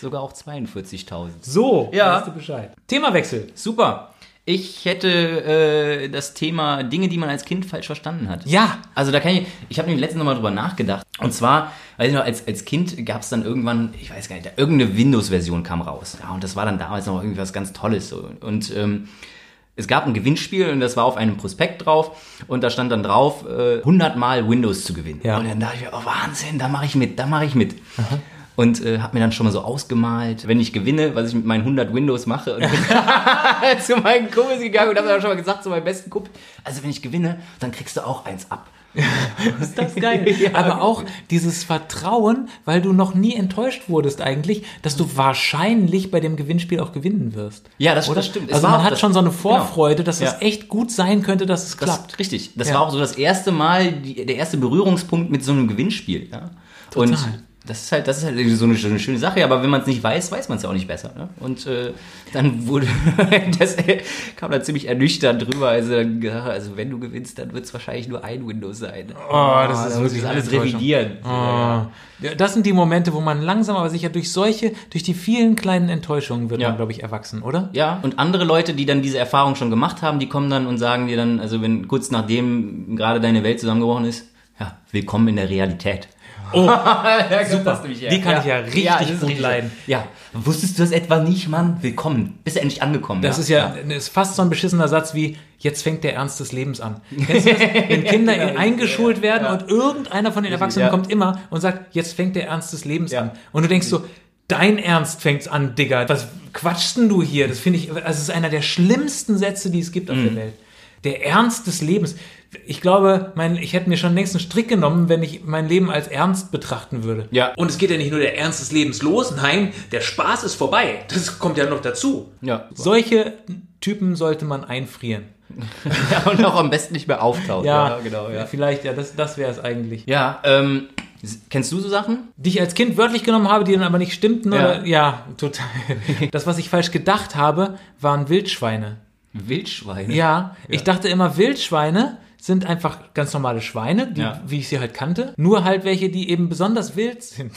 Sogar auch 42.000.
so,
Ja.
weißt du Bescheid. Themawechsel.
Super. Ich hätte äh, das Thema Dinge, die man als Kind falsch verstanden hat.
Ja.
Also da kann ich, ich habe nämlich letztens nochmal drüber nachgedacht. Und zwar, weiß ich noch, als, als Kind gab es dann irgendwann, ich weiß gar nicht, da- irgendeine Windows-Version kam raus. Ja, und das war dann damals noch irgendwie was ganz Tolles. So. Und ähm, es gab ein Gewinnspiel und das war auf einem Prospekt drauf. Und da stand dann drauf, äh, 100 Mal Windows zu gewinnen.
Ja.
Und dann dachte ich mir, oh Wahnsinn, da mache ich mit, da mache ich mit. Und äh, habe mir dann schon mal so ausgemalt, wenn ich gewinne, was ich mit meinen 100 Windows mache. Und [laughs] zu meinen Kumpels gegangen und habe dann schon mal gesagt zu meinem besten Kumpel, also wenn ich gewinne, dann kriegst du auch eins ab.
Ist das
[laughs]
geil. Aber auch dieses Vertrauen, weil du noch nie enttäuscht wurdest eigentlich, dass du wahrscheinlich bei dem Gewinnspiel auch gewinnen wirst.
Ja, das-
Oder?
das stimmt. Es
Also
war
man
auch
hat
das-
schon so eine
genau.
Vorfreude, dass
Ja.
es echt gut sein könnte, dass es
Das,
klappt.
richtig. Das
Ja.
war auch so das erste Mal, die, der erste Berührungspunkt mit so einem Gewinnspiel. Ja?
Total.
Und das ist halt, das ist halt so eine, so eine schöne Sache, aber wenn man es nicht weiß, weiß man es ja auch nicht besser. Ne? Und äh, dann wurde [laughs] das äh, kam da ziemlich ernüchternd drüber. Also, dann gesagt, also wenn du gewinnst, dann wird es wahrscheinlich nur ein Windows sein. Ah,
Oh, das ist
da muss
wirklich
ich alles
eine Enttäuschung.
revidieren.
Ah. Ja, das sind die Momente, wo man langsam aber sicher durch solche, durch die vielen kleinen Enttäuschungen wird
Ja.
man, glaube ich, erwachsen, oder?
Ja, und andere Leute, die dann diese Erfahrung schon gemacht haben, die kommen dann und sagen dir dann, also wenn kurz nachdem gerade deine Welt zusammengebrochen ist, ja, willkommen in der Realität. [laughs]
Oh,
super.
Die kann ich ja richtig
das ist
gut leiden.
Ja, wusstest du das etwa nicht, Mann? Willkommen. Bist du endlich angekommen.
Das ist ja, ist fast so ein beschissener Satz wie, jetzt fängt der Ernst des Lebens an. Kennst
[laughs]
du das? Wenn Kinder eingeschult werden und irgendeiner von den Erwachsenen
ja.
kommt immer und sagt, jetzt fängt der Ernst des Lebens
Ja.
an. Und du denkst so, dein Ernst fängt's an, Digga. Was quatschst denn du hier? Das finde ich, also es ist einer der schlimmsten Sätze, die es gibt auf
Mhm.
der Welt. Der Ernst des Lebens. Ich glaube, mein, ich hätte mir schon längst einen Strick genommen, wenn ich mein Leben als ernst betrachten würde.
Ja.
Und es geht ja nicht nur der Ernst des Lebens los, nein, der Spaß ist vorbei. Das kommt ja noch dazu.
Ja. [laughs]
Solche Typen sollte man einfrieren.
ja. Und auch am besten nicht mehr auftaucht.
Ja,
genau. Ja,
Vielleicht, ja, das, das wäre es eigentlich.
ja ähm, S- Kennst du so Sachen?
die ich als Kind wörtlich genommen habe, die dann aber nicht stimmten. Ja,
Ja.
oder, ja
[laughs]
total. Das, was ich falsch gedacht habe, waren Wildschweine.
Wildschweine.
Ja, ich dachte immer, Wildschweine sind einfach ganz normale Schweine, die,
Ja.
wie ich sie halt kannte. Nur halt welche, die eben besonders wild
[laughs]
sind.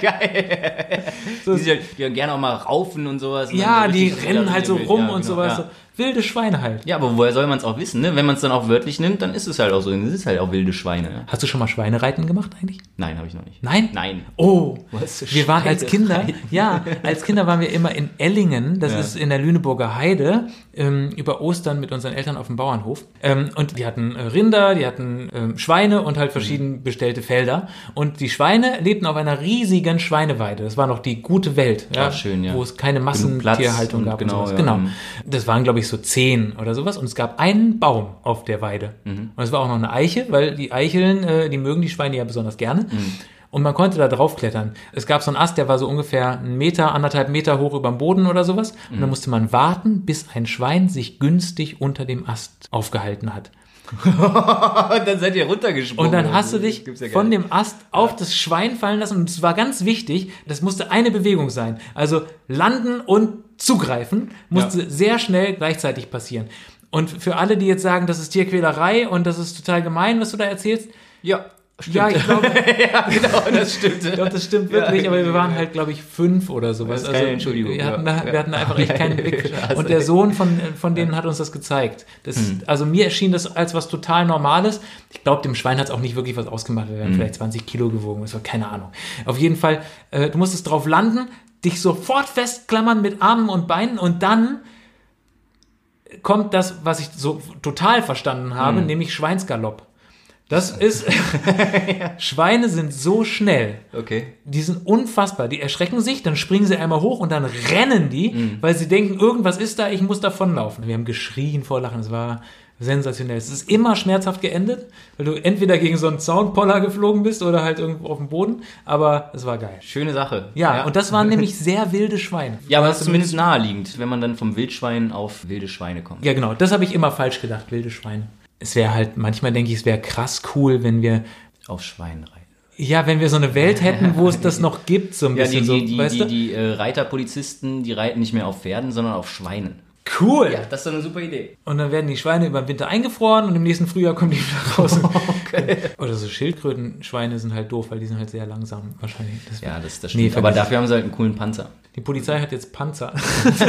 Geil. Die, sich- die gerne auch mal raufen und sowas. und
Ja,
dann so
die
richtig-
rennen
ja,
halt so
wild,
rum
ja,
und
genau,
sowas. So.
Ja.
Wilde Schweine halt.
ja, aber woher soll man es auch wissen, ne? Wenn man es dann auch wörtlich nimmt, dann ist es halt auch so. Dann sind es halt auch wilde Schweine. Ja.
Hast du schon mal Schweinereiten gemacht eigentlich?
Nein, habe ich noch nicht.
Nein?
Nein.
Oh,
Was?
wir waren als Kinder,
Schweinereiten?
ja, als Kinder waren wir immer in Ellingen, das
Ja.
ist in der Lüneburger Heide, ähm, über Ostern mit unseren Eltern auf dem Bauernhof. Ähm, und die hatten äh, Rinder, die hatten ähm, Schweine und halt
Mhm.
verschieden bestellte Felder. Und die Schweine lebten auf einer riesigen Schweineweide. Das war noch die gute Welt, ja,
Ah, schön, ja.
wo es keine
Platz
Massentierhaltung
und
gab.
genau,
und sowas.
ja,
genau.
mhm.
Das waren, glaube ich, so zehn oder sowas. Und es gab einen Baum auf der Weide.
Mhm.
Und es war auch noch eine Eiche, weil die Eicheln, äh, die mögen die Schweine ja besonders gerne.
Mhm.
Und man konnte da drauf klettern. Es gab so einen Ast, der war so ungefähr einen Meter, anderthalb Meter hoch über dem Boden oder sowas. Und
Mhm.
dann musste man warten, bis ein Schwein sich günstig unter dem Ast aufgehalten hat.
[laughs] Und dann seid ihr runtergesprungen. Also,
Und dann hast du dich
Gibt's ja gar
von
nicht.
dem Ast auf das Schwein fallen lassen. Und es war ganz wichtig, das musste eine Bewegung sein. Also landen und zugreifen musste
Ja.
sehr schnell gleichzeitig passieren. Und für alle, die jetzt sagen, das ist Tierquälerei und das ist total gemein, was du da erzählst,
Ja, stimmt.
ja, ich glaube,
ja, [laughs] genau, das stimmt.
ich glaub, das stimmt wirklich,
Ja.
aber wir waren halt, glaube ich, fünf oder sowas. Also,
Das ist keine Entschuldigung,
Wir hatten,
ja.
da, wir hatten da einfach echt
[laughs]
keinen Blick.
Scheiße. Hm.
Und der Sohn von, von denen hat uns das gezeigt. Das, Also mir erschien das als was total Normales. Ich glaube, dem Schwein hat es auch nicht wirklich was ausgemacht. Wir
Hm.
wären vielleicht 20 Kilo gewogen, das war keine Ahnung. Auf jeden Fall, äh, du musstest drauf landen, dich sofort festklammern mit Armen und Beinen und dann kommt das, was ich so total verstanden habe,
Hm.
nämlich Schweinsgalopp. Das
[laughs]
ist, [laughs] Schweine sind so schnell,
Okay.
die sind unfassbar. Die erschrecken sich, dann springen sie einmal hoch und dann rennen die,
Mhm.
weil sie denken, irgendwas ist da, ich muss davonlaufen. Wir haben geschrien vor Lachen, es war sensationell. Es ist immer schmerzhaft geendet, weil du entweder gegen so einen Zaunpoller geflogen bist oder halt irgendwo auf dem Boden, aber es war geil.
Schöne Sache.
Ja, und das waren nämlich sehr wilde Schweine.
Ja, aber das ist zumindest naheliegend, wenn man dann vom Wildschwein auf wilde Schweine kommt.
Ja, genau, das habe ich immer falsch gedacht, wilde Schweine. Es wäre halt, manchmal denke ich, es wäre krass cool, wenn wir,
Auf Schwein reiten.
ja, wenn wir so eine Welt hätten, wo es
[laughs]
das noch gibt, so ein
Ja, die,
bisschen
die,
so,
die,
weißt
die,
du?
die äh, Reiterpolizisten, die reiten nicht mehr auf Pferden, sondern auf Schweinen.
Cool!
das ist doch eine super Idee.
Und dann werden die Schweine über den Winter eingefroren und im nächsten Frühjahr kommen die wieder
[laughs]
raus. [laughs] Oder so Schildkrötenschweine sind halt doof, weil die sind halt sehr langsam wahrscheinlich. Das-
Ja, das, das
Nee,
stimmt. aber
vergiss
dafür haben sie halt einen coolen Panzer.
Die Polizei hat jetzt Panzer.
[laughs]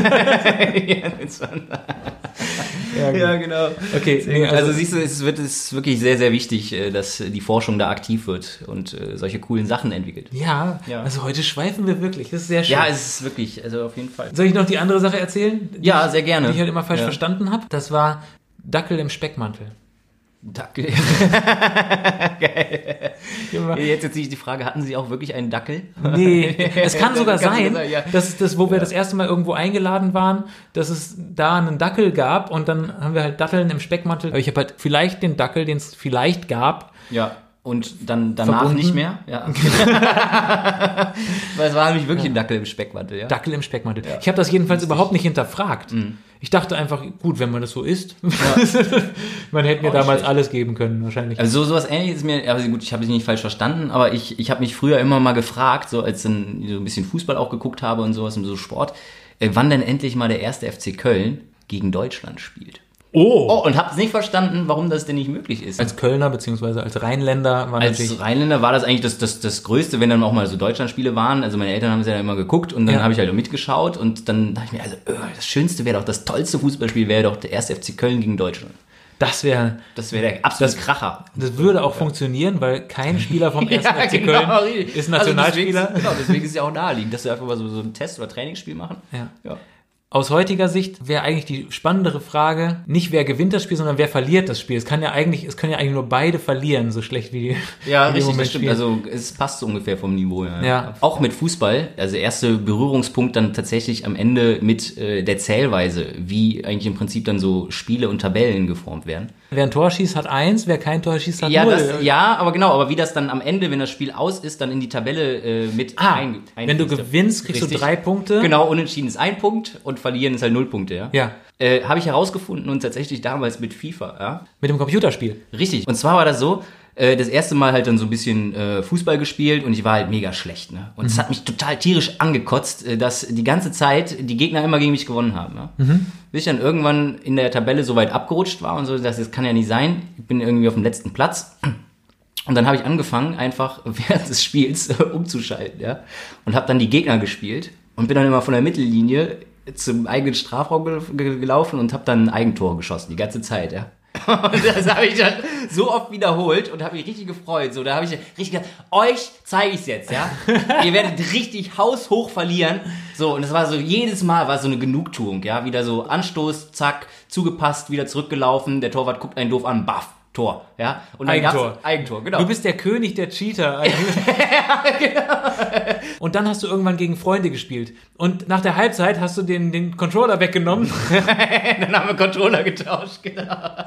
ja,
ja,
genau.
Okay, nee,
Also,
also,
siehst du, es wird es ist wirklich sehr, sehr wichtig, äh, dass die Forschung da aktiv wird und äh, solche coolen Sachen entwickelt.
ja,
Ja.
also heute schweifen wir wirklich. Das ist sehr schön.
Ja, es ist wirklich, also auf jeden Fall.
Soll ich noch die andere Sache erzählen, die
Ja, sehr gerne.
ich halt immer falsch
ja.
verstanden habe? Das war Dackel im Speckmantel.
Dackel.
[laughs] Immer-
Äh, Jetzt jetzt die Frage, hatten Sie auch wirklich einen Dackel?
[laughs] Nee, es kann sogar
Kann
sein,
sogar sein, ja.
dass es das, wo wir das erste Mal irgendwo eingeladen waren, dass es da einen Dackel gab und dann haben wir halt Datteln im Speckmantel. Aber ich habe halt vielleicht den Dackel, den es vielleicht gab.
Ja. Und dann danach
Verbunden?
nicht mehr?
[laughs]
Ja. [laughs] Weil es war nämlich wirklich ein Dackel im Speckmantel, ja.
Dackel im Speckmantel. Ich habe das jedenfalls überhaupt nicht hinterfragt. Ich dachte einfach, gut, wenn man das so isst, [laughs] man hätte mir
Auch
damals
schlecht.
alles geben können, wahrscheinlich.
Also so, sowas ähnliches ist mir, also gut, ich habe es nicht falsch verstanden, aber ich, ich habe mich früher immer mal gefragt, so als dann so ein bisschen Fußball auch geguckt habe und sowas und so Sport, äh, wann denn endlich mal der erste FC Köln gegen Deutschland spielt.
oh.
Oh, und habe es nicht verstanden, warum das denn nicht möglich ist.
Als Kölner beziehungsweise als Rheinländer war Also natürlich.
Als Rheinländer war das eigentlich das, das, das Größte, wenn dann auch mal so Deutschlandspiele waren. Also meine Eltern haben es ja dann immer geguckt und dann
Ja.
habe ich halt auch mitgeschaut und dann dachte ich mir, also äh, das Schönste wäre doch, das tollste Fußballspiel wäre doch der erste FC Köln gegen Deutschland.
Das wäre,
Das wäre der absolute Kracher.
das würde auch funktionieren, weil [laughs] kein Spieler vom 1. FC
genau,
Köln
richtig.
ist
Also
Nationalspieler.
deswegen, genau, deswegen ist es ja auch naheliegend, dass wir einfach mal so, so ein Test- oder Trainingsspiel machen.
Ja.
ja.
Aus heutiger Sicht wäre eigentlich die spannendere Frage nicht, wer gewinnt das Spiel, sondern wer verliert das Spiel. Es kann ja eigentlich, es können ja eigentlich nur beide verlieren, so schlecht wie die. [laughs]
Ja,
wie die im
richtig,
Moment
das stimmt.
spielen.
Also es passt so ungefähr vom Niveau. Ja.
Ja.
Auch mit Fußball, also erste Berührungspunkt dann tatsächlich am Ende mit äh, der Zählweise, wie eigentlich im Prinzip dann so Spiele und Tabellen geformt werden.
wer ein Tor schießt, hat eins, wer kein Tor schießt, hat
Ja,
null.
das, ja, aber genau, aber wie das dann am Ende, wenn das Spiel aus ist, dann in die Tabelle äh, mit
ah,
einge-
wenn du
einfließt.
gewinnst, kriegst
Richtig.
du drei Punkte.
Genau, unentschieden ist ein Punkt und verlieren ist halt null Punkte, ja.
Ja.
Äh, Habe ich herausgefunden und tatsächlich damals mit FIFA, ja.
Mit dem Computerspiel.
Richtig. Und zwar war das so, äh, das erste Mal halt dann so ein bisschen äh, Fußball gespielt und ich war halt mega schlecht. Ne? Und
Mhm.
es hat mich total tierisch angekotzt, äh, dass die ganze Zeit die Gegner immer gegen mich gewonnen haben. Ne?
Mhm.
Bis ich dann irgendwann in der Tabelle so weit abgerutscht war und so, das, das kann ja nicht sein. Ich bin irgendwie auf dem letzten Platz. Und dann habe ich angefangen, einfach [laughs] während des Spiels [laughs] äh, umzuschalten, ja. Und habe dann die Gegner gespielt und bin dann immer von der Mittellinie zum eigenen Strafraum gel ge- gelaufen und habe dann ein Eigentor geschossen, die ganze Zeit, ja. Und das habe ich dann so oft wiederholt und habe mich richtig gefreut. So, da habe ich richtig gedacht, euch zeige ich es jetzt, ja. Ihr werdet richtig haushoch verlieren. So, und das war so, jedes Mal war so eine Genugtuung, ja. Wieder so Anstoß, zack, zugepasst, wieder zurückgelaufen, der Torwart guckt einen doof an, baff, Tor, ja. Und dann
Eigentor.
gab's- Eigentor, genau.
Du bist der König der Cheater. [laughs] Genau. Und dann hast du irgendwann gegen Freunde gespielt. Und nach der Halbzeit hast du den, den Controller [laughs] weggenommen.
Dann haben wir Controller getauscht, [laughs] genau. ja,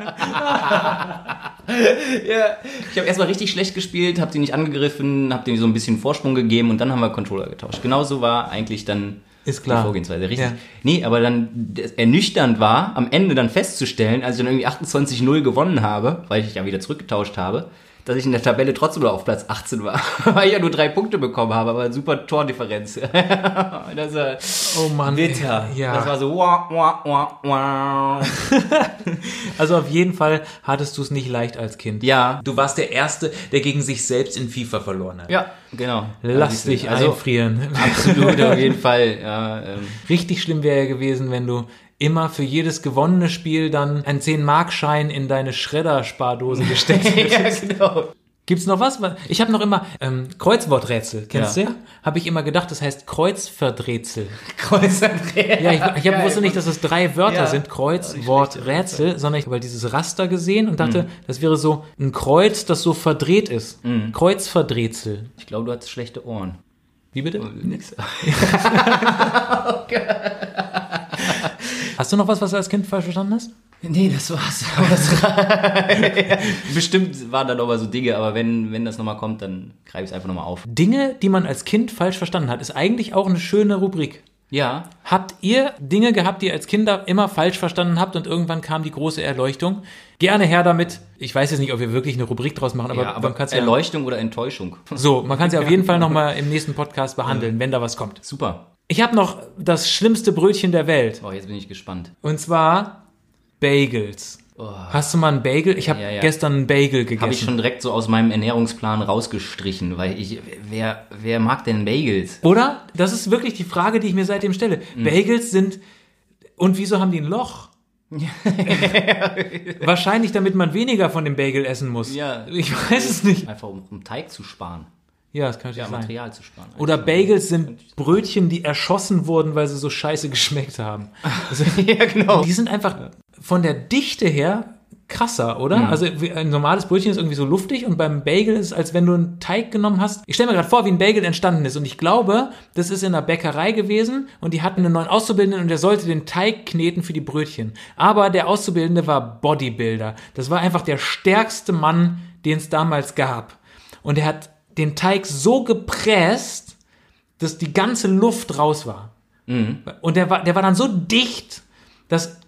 ich habe erstmal richtig schlecht gespielt, habe die nicht angegriffen, habe denen so ein bisschen Vorsprung gegeben und dann haben wir Controller getauscht. Genauso war eigentlich dann
Ist klar.
die Vorgehensweise, richtig.
Ja.
Nee, aber dann das ernüchternd war, am Ende dann festzustellen, als ich dann irgendwie 28-0 gewonnen habe, weil ich ja wieder zurückgetauscht habe, dass ich in der Tabelle trotzdem nur auf Platz 18 war, [laughs] weil ich ja nur drei Punkte bekommen habe, aber super Tordifferenz. [laughs] das war
Oh Mann. ey.
bitter.
Ja.
Das war so wah, wah, wah, wah.
Also auf jeden Fall hattest du es nicht leicht als Kind.
Ja.
Du warst der Erste, der gegen sich selbst in FIFA verloren hat.
Ja, genau.
Lass dich
also
einfrieren.
absolut auf jeden Fall. Ja, ähm,
[laughs] Richtig schlimm wäre ja gewesen, wenn du immer für jedes gewonnene Spiel dann einen 10-Mark-Schein in deine Schredderspardose gesteckt [laughs] hättest.
[laughs] ja genau.
Gibt's noch was? Ich habe noch immer ähm, Kreuzworträtsel, kennst
Ja.
du ja? Habe ich immer gedacht, das heißt Kreuzverdrätsel.
Kreuz Andrea.
[laughs] Ja, ich, ich hab,
Geil.
wusste nicht, dass es drei Wörter
Ja.
sind, Kreuzworträtsel, sondern ich habe halt dieses Raster gesehen und dachte, das wäre so ein Kreuz, das so verdreht ist. Kreuzverdrätsel.
Ich glaube, du hattest schlechte Ohren.
Wie bitte?
Nix.
Hast du noch was, was du als Kind falsch verstanden hast?
Nee, das war's. [laughs] Das Bestimmt waren da noch mal so Dinge, aber wenn, wenn das nochmal kommt, dann greife ich es einfach nochmal auf.
Dinge, die man als Kind falsch verstanden hat, ist eigentlich auch eine schöne Rubrik.
Ja.
Habt ihr Dinge gehabt, die ihr als Kinder immer falsch verstanden habt und irgendwann kam die große Erleuchtung? Gerne her damit. Ich weiß jetzt nicht, ob wir wirklich eine Rubrik draus machen, aber,
ja,
man
aber
kann's ja,
Erleuchtung oder Enttäuschung.
so, man kann es ja auf jeden Fall nochmal im nächsten Podcast behandeln, wenn da was kommt.
Super.
Ich habe noch das schlimmste Brötchen der Welt
Oh, jetzt bin ich gespannt.
und zwar Bagels. Hast du mal einen Bagel? Ich habe
Oh. Ja, ja.
gestern einen Bagel gegessen.
Habe ich schon direkt so aus meinem Ernährungsplan rausgestrichen, weil ich. Wer, wer mag denn Bagels?
Oder? Das ist wirklich die Frage, die ich mir seitdem stelle.
Mhm.
Bagels sind. Und wieso haben die ein
[laughs]
Loch? Wahrscheinlich, damit man weniger von dem Bagel essen muss.
Ja.
Ich weiß es nicht.
Einfach um, um Teig zu sparen. um
Ja, das kann ich ja, sein.
Material zu sparen.
Oder Bagels sind Brötchen, die erschossen wurden, weil sie so scheiße geschmeckt
[laughs]
haben. Also,
[laughs] ja, genau.
die sind einfach von der Dichte her krasser, oder? Also wie- ein normales Brötchen ist irgendwie so luftig und beim Bagel ist es, als wenn du einen Teig genommen hast. Ich stelle mir gerade vor, wie ein Bagel entstanden ist und ich glaube, das ist in einer Bäckerei gewesen und die hatten einen neuen Auszubildenden und der sollte den Teig kneten für die Brötchen. Aber der Auszubildende war Bodybuilder. Das war einfach der stärkste Mann, den es damals gab. Und er hat den Teig so gepresst, dass die ganze Luft raus war. Und der war, der war dann so dicht, dass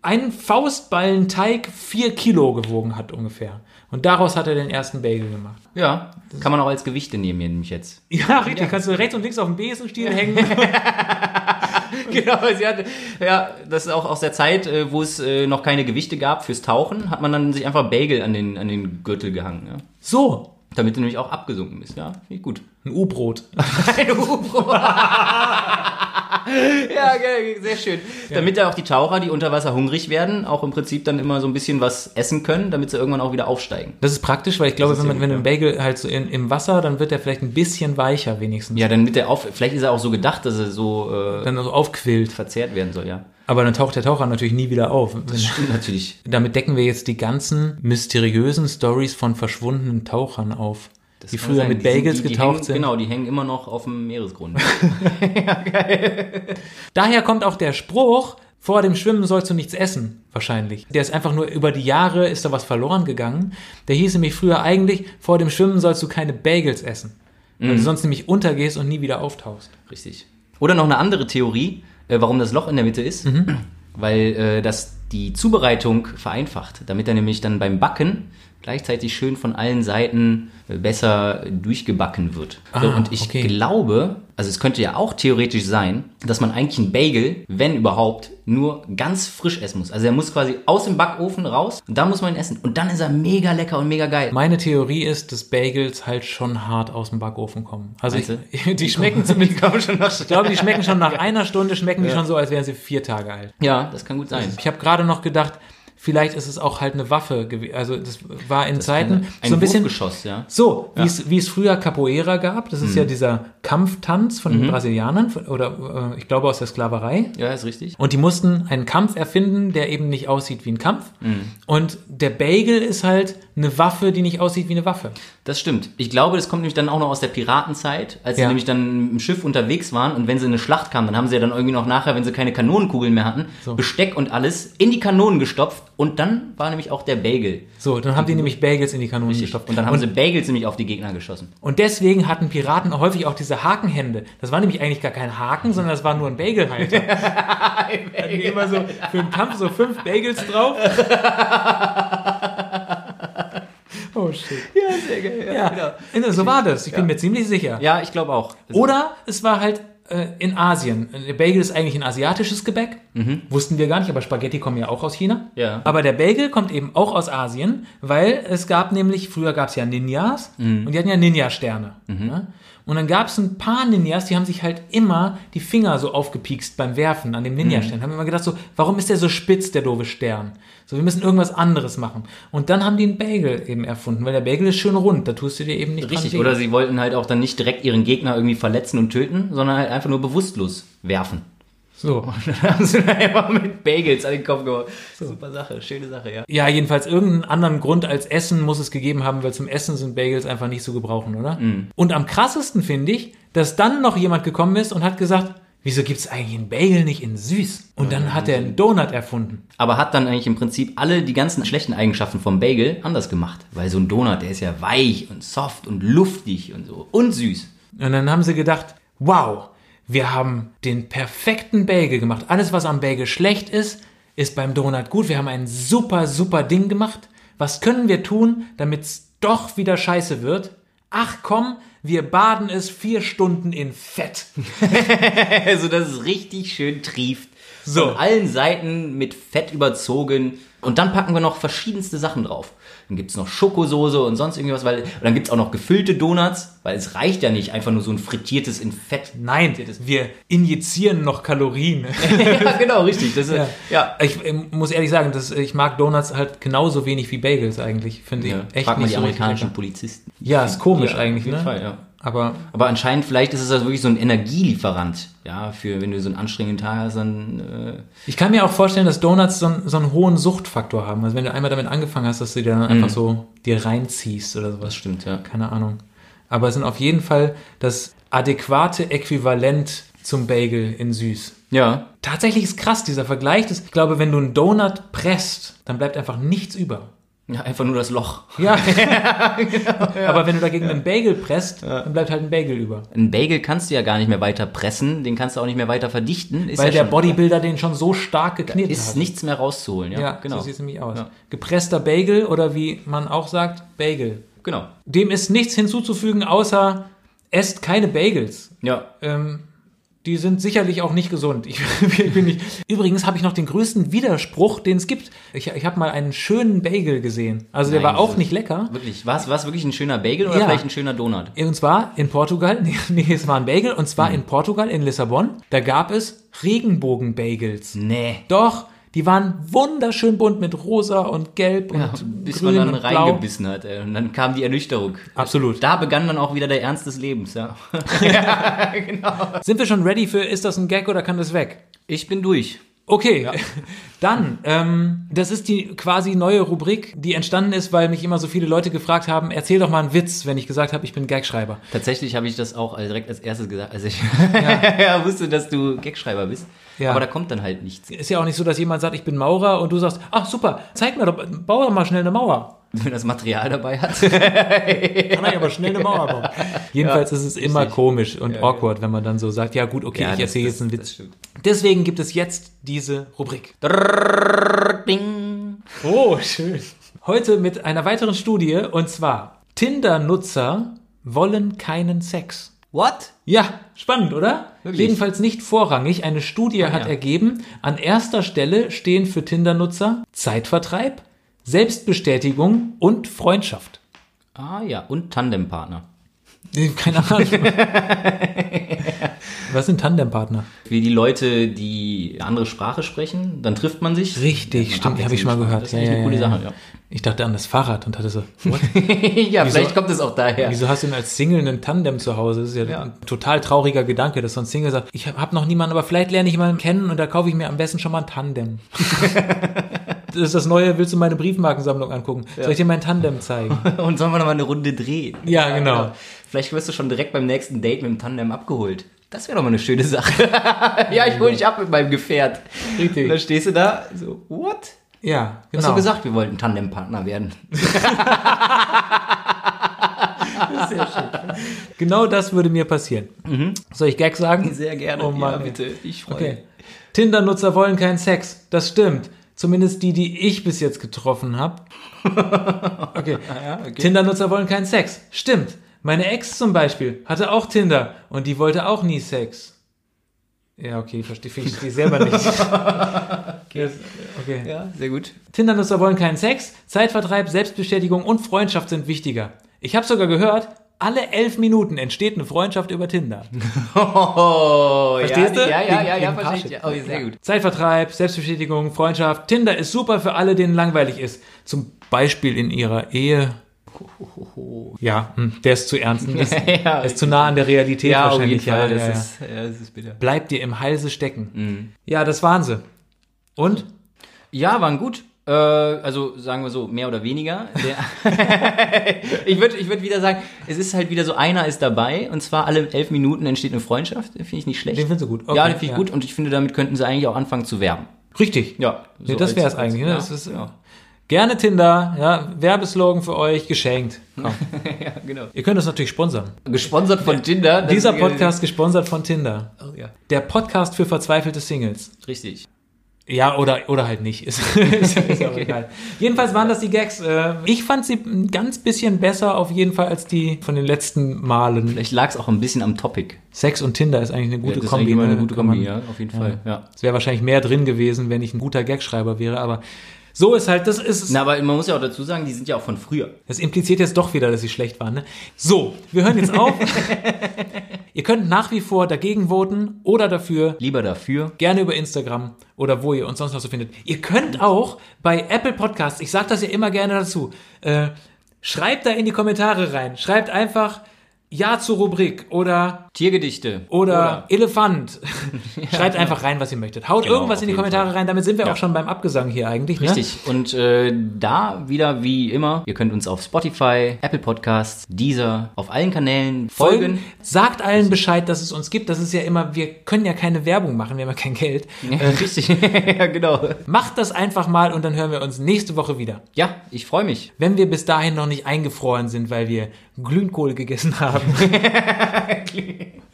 ein Faustballen Teig vier Kilo gewogen hat ungefähr. Und daraus hat er den ersten Bagel gemacht.
Ja, kann man auch als Gewichte nehmen, hier nämlich jetzt.
Ja, richtig. Kannst du rechts und links auf dem Besenstiel hängen.
[laughs] genau, sie hatte, ja, das ist auch aus der Zeit, äh, wo es äh, noch keine Gewichte gab fürs Tauchen, hat man dann sich einfach Bagel an den, an den Gürtel gehangen, ja.
So,
Damit du nämlich auch abgesunken bist, ja. Finde ich gut. [laughs]
ein U-Brot.
Ein U-Boot. ja, ge- sehr schön. Damit ja auch die Taucher, die unter Wasser hungrig werden, auch im Prinzip dann immer so ein bisschen was essen können, damit sie irgendwann auch wieder aufsteigen.
Das ist praktisch, weil ich glaube,
Das ist
wenn man
sehr
wenn
gut,
ein Bagel halt so in, im Wasser, dann wird der vielleicht ein bisschen weicher wenigstens.
Ja, dann mit der Auf... Vielleicht ist er auch so gedacht, dass er so äh,
Dann so aufquillt.
verzehrt werden soll, ja.
Aber dann taucht der Taucher natürlich nie wieder auf.
Stimmt natürlich.
Damit decken wir jetzt die ganzen mysteriösen Stories von verschwundenen Tauchern auf, die
Kann
früher
sein,
mit
die sind-
Bagels
die- die
getaucht
hängen,
sind.
Genau, die hängen immer noch auf dem Meeresgrund.
Daher kommt auch der Spruch, vor dem Schwimmen sollst du nichts essen, wahrscheinlich. Der ist einfach nur über die Jahre ist da was verloren gegangen. Der hieß nämlich früher eigentlich, vor dem Schwimmen sollst du keine Bagels essen. Weil
Mhm.
du sonst nämlich untergehst und nie wieder auftauchst.
Richtig. Oder noch eine andere Theorie, äh, warum das Loch in der Mitte ist.
Mhm.
Weil äh, das die Zubereitung vereinfacht, damit er nämlich dann beim Backen gleichzeitig schön von allen Seiten äh, besser durchgebacken wird. so,
Ah,
und ich
okay.
glaube, also es könnte ja auch theoretisch sein, dass man eigentlich einen Bagel, wenn überhaupt, nur ganz frisch essen muss. Also er muss quasi aus dem Backofen raus und dann muss man ihn essen. Und dann ist er mega lecker und mega geil.
Meine Theorie ist, dass Bagels halt schon hart aus dem Backofen kommen. Also ich, [laughs]
Meinst
die schmecken zumindest,
kommen schon nach
[laughs] ich glaube, die schmecken schon nach einer Stunde, schmecken die schon so, als wären sie vier Tage alt.
Ja, das kann gut sein.
Ich habe gerade noch gedacht, vielleicht ist es auch halt eine Waffe gewesen. Also das war in Zeiten
ein
so ein bisschen
Wurfgeschoss, ja.
so, wie, es, wie es früher Capoeira gab. Das ist ja dieser Kampftanz von den Brasilianern von, oder äh, ich glaube aus der Sklaverei.
Ja, ist richtig.
Und die mussten einen Kampf erfinden, der eben nicht aussieht wie ein Kampf. Und der Bagel ist halt eine Waffe, die nicht aussieht wie eine Waffe.
Das stimmt. Ich glaube, das kommt nämlich dann auch noch aus der Piratenzeit, als sie
Ja.
nämlich dann im Schiff unterwegs waren und wenn sie in eine Schlacht kamen, dann haben sie ja dann irgendwie noch nachher, wenn sie keine Kanonenkugeln mehr hatten, Besteck und alles in die Kanonen gestopft und dann war nämlich auch der Bagel.
So, dann haben die nämlich Bagels in die Kanonen gestopft.
Und dann haben
und,
sie Bagels nämlich auf die Gegner geschossen.
und deswegen hatten Piraten häufig auch diese Hakenhände. Das war nämlich eigentlich gar kein Haken, sondern das war nur ein
[laughs]
Bagelhalter. Hatten die immer so für den Kampf so fünf Bagels drauf.
[laughs]
Oh shit.
Ja, genau. sehr geil.
Ja, so war das. Ich bin mir ziemlich sicher.
Ja, ich glaube auch. Das-
Oder es war halt äh, in Asien. Der Bagel ist eigentlich ein asiatisches Gebäck. Wussten wir gar nicht, aber Spaghetti kommen ja auch aus China.
Mhm. Ja.
Aber der Bagel kommt eben auch aus Asien, weil es gab nämlich, früher gab es ja Ninjas
Mhm.
und die hatten ja Ninja-Sterne. Ne? Und dann gab es ein paar Ninjas, die haben sich halt immer die Finger so aufgepiekst beim Werfen an dem
Mhm.
Ninja-Stern. Haben immer gedacht so, warum ist der so spitz, der doofe Stern? So, wir müssen irgendwas anderes machen. Und dann haben die einen Bagel eben erfunden, weil der Bagel ist schön rund, da tust du dir eben nicht
Richtig,
dran weh.
oder sie wollten halt auch dann nicht direkt ihren Gegner irgendwie verletzen und töten, sondern halt einfach nur bewusstlos werfen. [laughs]
So.
Dann haben sie dann einfach mit Bagels an den Kopf geworfen. Super Sache, schöne Sache, ja.
Ja, jedenfalls irgendeinen anderen Grund als Essen muss es gegeben haben, weil zum Essen sind Bagels einfach nicht zu gebrauchen, oder? Und am krassesten finde ich, dass dann noch jemand gekommen ist und hat gesagt, wieso gibt's eigentlich einen Bagel nicht in süß? Und dann hat er einen Donut erfunden.
aber hat dann eigentlich im Prinzip alle die ganzen schlechten Eigenschaften vom Bagel anders gemacht. Weil so ein Donut, der ist ja weich und soft und luftig und so und süß. [laughs]
Und dann haben sie gedacht, wow, wir haben den perfekten Bagel gemacht. Alles, was am Bagel schlecht ist, ist beim Donut gut. Wir haben ein super, super Ding gemacht. Was können wir tun, damit's doch wieder scheiße wird? Ach komm, wir baden es vier Stunden in Fett.
Also dass es richtig schön trieft.
So.
Von allen Seiten mit Fett überzogen. Und dann packen wir noch verschiedenste Sachen drauf. Dann gibt's noch Schokosoße und sonst irgendwas. Weil, und dann gibt's auch noch gefüllte Donuts. Weil es reicht ja nicht einfach nur so ein frittiertes in Fett. [laughs]
Nein, wir injizieren noch Kalorien.
ja, genau, richtig. Das ist, ja.
Ich ähm, muss ehrlich sagen, dass äh, ich mag Donuts halt genauso wenig wie Bagels eigentlich. Finde ich
Ja,
echt
Frag mal
nicht
die
so richtig
amerikanischen
lecker.
Polizisten.
Ja, ist komisch
Ja,
eigentlich,
auf jeden
ne?
Fall, ja.
Aber
Aber anscheinend, vielleicht ist es also wirklich so ein Energielieferant, ja, für wenn du so einen anstrengenden Tag hast, dann äh,
ich kann mir auch vorstellen, dass Donuts so, einen- so einen hohen Suchtfaktor haben. Also wenn du einmal damit angefangen hast, dass du dir dann
Mhm.
einfach so dir reinziehst oder sowas.
das stimmt, ja.
Keine Ahnung. Aber es sind auf jeden Fall das adäquate Äquivalent zum Bagel in süß.
Ja.
Tatsächlich ist krass dieser Vergleich. Das, ich glaube, wenn du einen Donut presst, dann bleibt einfach nichts über.
Ja, einfach nur das Loch.
Ja. Aber wenn du dagegen einen Bagel presst, dann bleibt halt ein Bagel über.
Ein Bagel kannst du ja gar nicht mehr weiter pressen, den kannst du auch nicht mehr weiter verdichten. Ist
Weil
ja
der Bodybuilder den schon so stark geknetet
ist
hat.
nichts mehr rauszuholen, ja.
ja,
genau.
so sieht es nämlich aus.
Ja.
Gepresster Bagel oder wie man auch sagt, Bagel.
Genau.
Dem ist nichts hinzuzufügen, außer esst keine Bagels.
Ja.
Ähm, die sind sicherlich auch nicht gesund. Ich, [laughs] ich bin nicht. Übrigens habe ich noch den größten Widerspruch, den es gibt. Ich, ich habe mal einen schönen Bagel gesehen. Also der
Nein,
war auch
so-
nicht lecker.
Wirklich, war es wirklich ein schöner Bagel oder
Ja.
vielleicht ein schöner Donut?
Und zwar in Portugal, [laughs] nee, nee, es war ein Bagel, und zwar
Hm.
in Portugal, in Lissabon, da gab es Regenbogen-Bagels.
Nee.
Doch, die waren wunderschön bunt mit rosa und gelb und
Bis
grün
man dann
und blau.
reingebissen hat ey, und dann kam die Ernüchterung.
Absolut.
Da begann dann auch wieder der Ernst des Lebens, ja.
Sind wir schon ready für, ist das ein Gag oder kann das weg?
Ich bin durch.
Okay, [laughs] dann, ähm, das ist die quasi neue Rubrik, die entstanden ist, weil mich immer so viele Leute gefragt haben, erzähl doch mal einen Witz, wenn ich gesagt habe, ich bin Gagschreiber.
Tatsächlich habe ich das auch als- direkt als erstes gesagt, als ich [laughs] wusste, dass du Gagschreiber bist.
Ja.
Aber da kommt dann halt nichts.
Ist ja auch nicht so, dass jemand sagt, ich bin Maurer und du sagst, ach super, zeig mir doch, bau doch mal schnell eine Mauer.
Wenn das Material
[laughs]
dabei hat.
Kann ich aber schnell eine Mauer
[laughs]
bauen. Jedenfalls ist es immer komisch und awkward, wenn man dann so sagt, ja gut, okay,
Ja,
ich
das-
erzähle
das-
jetzt einen
das
Witz.
stimmt.
Deswegen gibt es jetzt diese Rubrik.
Ding.
Oh, schön. Heute mit einer weiteren Studie und zwar Tinder-Nutzer wollen keinen Sex.
What?
Ja, spannend, oder?
Wirklich? Ah,
Jedenfalls nicht vorrangig. Eine Studie hat
ja.
ergeben, an erster Stelle stehen für Tinder-Nutzer Zeitvertreib, Selbstbestätigung und Freundschaft.
Ah ja, und Tandempartner.
Nee, Keine Ahnung. [laughs] Was sind Tandempartner?
Wie die Leute, die eine andere Sprache sprechen, dann trifft man sich.
Richtig,
Man
stimmt,
abwechselt
habe ich mal
die Sprache.
gehört.
Das ist echt eine coole Sache, ja.
Ich dachte an das Fahrrad und hatte so, [laughs] what?
[laughs] ja, vielleicht kommt es auch daher.
wieso hast du denn als Single einen Tandem zu Hause? Das ist ja,
Ja.
ein total trauriger Gedanke, dass so ein Single sagt, ich habe noch niemanden, aber vielleicht lerne ich jemanden kennen und da kaufe ich mir am besten schon mal ein
[laughs]
Tandem. das ist das Neue, willst du meine Briefmarkensammlung angucken? Soll ich dir mein Tandem
[laughs]
zeigen?
Und sollen wir nochmal eine Runde drehen?
Ja, genau.
Vielleicht wirst du schon direkt beim nächsten Date mit dem Tandem abgeholt. Das wäre doch mal eine schöne Sache. [laughs] ja, ich hole dich ab mit meinem Gefährt.
Richtig.
Und dann stehst du da, so, what?
Ja, genau.
Hast du gesagt, wir wollten
[laughs]
Tandempartner werden?
Genau das würde mir passieren. Soll ich Gag sagen?
Mhm. Sehr gerne.
Oh Mann,
ja,
ey.
bitte. Ich freue
Okay.
mich.
Tinder-Nutzer wollen keinen Sex. Das stimmt. Zumindest die, die ich bis jetzt getroffen [laughs] habe. Okay. Tinder-Nutzer wollen keinen Sex. Stimmt. Meine Ex zum Beispiel hatte auch Tinder und die wollte auch nie Sex. Ja, okay, verstehe ich verstehe selber [laughs] nicht. okay. okay.
Ja,
[laughs]
sehr gut.
Tinder-Nutzer wollen keinen Sex, Zeitvertreib, Selbstbestätigung und Freundschaft sind wichtiger. Ich habe sogar gehört, alle elf Minuten entsteht eine Freundschaft über Tinder.
Oh,
Verstehst
ja,
du?
Ja, ja,
Wegen-
ja, ja,
wegen
verstehe ich. Oh,
Parship.
sehr gut.
Zeitvertreib, Selbstbestätigung, Freundschaft. Tinder ist super für alle, denen langweilig ist. Zum Beispiel in ihrer Ehe. Ja, hm, der ist zu
[laughs]
ernst. Ist,
Ja,
ist zu nah an der Realität
ja, auf jeden
wahrscheinlich.
Fall.
ja,
das,
ja, ja.
Ist, Mhm. ja, das ist bitter.
Bleibt dir im Halse stecken. Ja, das waren sie. Und?
Ja, waren gut. Äh, also sagen wir so, mehr oder weniger. Der- [laughs] ich würde ich würd wieder sagen, es ist halt wieder so, einer ist dabei und zwar alle elf Minuten entsteht eine Freundschaft. Den finde ich nicht schlecht.
Den findest du gut? Okay,
ja, den finde ich
ja.
gut und ich finde, damit könnten sie eigentlich auch anfangen zu werben.
Richtig.
Ja,
Nee, das wäre es eigentlich. Ne?
Ja.
Das ist, Gerne Tinder, ja, Werbeslogan für euch,
[laughs]
geschenkt. Komm.
genau. Also
Ihr könnt uns natürlich sponsern.
Gesponsert von Tinder. das
Dieser
ist-
Podcast gesponsert von Tinder.
Oh, ja.
Der Podcast für verzweifelte Singles.
Richtig.
Ja, oder, oder halt nicht. [laughs] Ist, ist, ist auch egal. Jedenfalls waren das die Gags. Äh, Ich fand sie ein ganz bisschen besser auf jeden Fall als die von den letzten Malen.
Vielleicht lag es auch ein bisschen am Topic.
Sex und Tinder ist eigentlich eine gute
das ist eigentlich
Kombi.
immer
ne?
eine gute
Kann man-
Kombi, ja, auf jeden Fall. Ja.
Es wäre wahrscheinlich mehr drin gewesen, wenn ich ein guter Gagschreiber wäre, aber so ist halt, das ist
Na, aber man muss ja auch dazu sagen, die sind ja auch von früher.
Das impliziert jetzt doch wieder, dass sie schlecht waren. Ne? So, wir hören jetzt
[laughs]
auf. ihr könnt nach wie vor dagegen voten oder dafür.
Lieber dafür.
Gerne über Instagram oder wo ihr uns sonst noch so findet. Ihr könnt auch bei Apple Podcasts, ich sage das ja immer gerne dazu, äh, schreibt da in die Kommentare rein. Schreibt einfach Ja zur Rubrik oder,
Tiergedichte.
Oh, oder,
[laughs]
Elefant. [laughs] schreibt einfach rein, was ihr möchtet. Haut
Genau,
irgendwas
auf
in die
jeden
Kommentare rein. Damit sind wir
Ja.
auch schon beim Abgesang hier eigentlich. Ne?
Richtig. Und äh, da wieder wie immer, ihr könnt uns auf Spotify, Apple Podcasts, Deezer, auf allen Kanälen folgen.
folgen. Sagt allen Bescheid, dass es uns gibt. Das ist ja immer, wir können ja keine Werbung machen, wir haben ja kein Geld.
Ja, [laughs] richtig. ja, genau.
Macht das einfach mal und dann hören wir uns nächste Woche wieder.
Ja, ich freue mich.
Wenn wir bis dahin noch nicht eingefroren sind, weil wir Glühkohl gegessen
[laughs]
haben.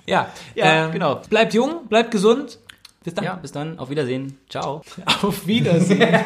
ja, ähm,
Ja, genau.
Bleibt jung, bleibt gesund. Bis dann.
Ja, bis dann. Auf Wiedersehen. Ciao.
Auf Wiedersehen.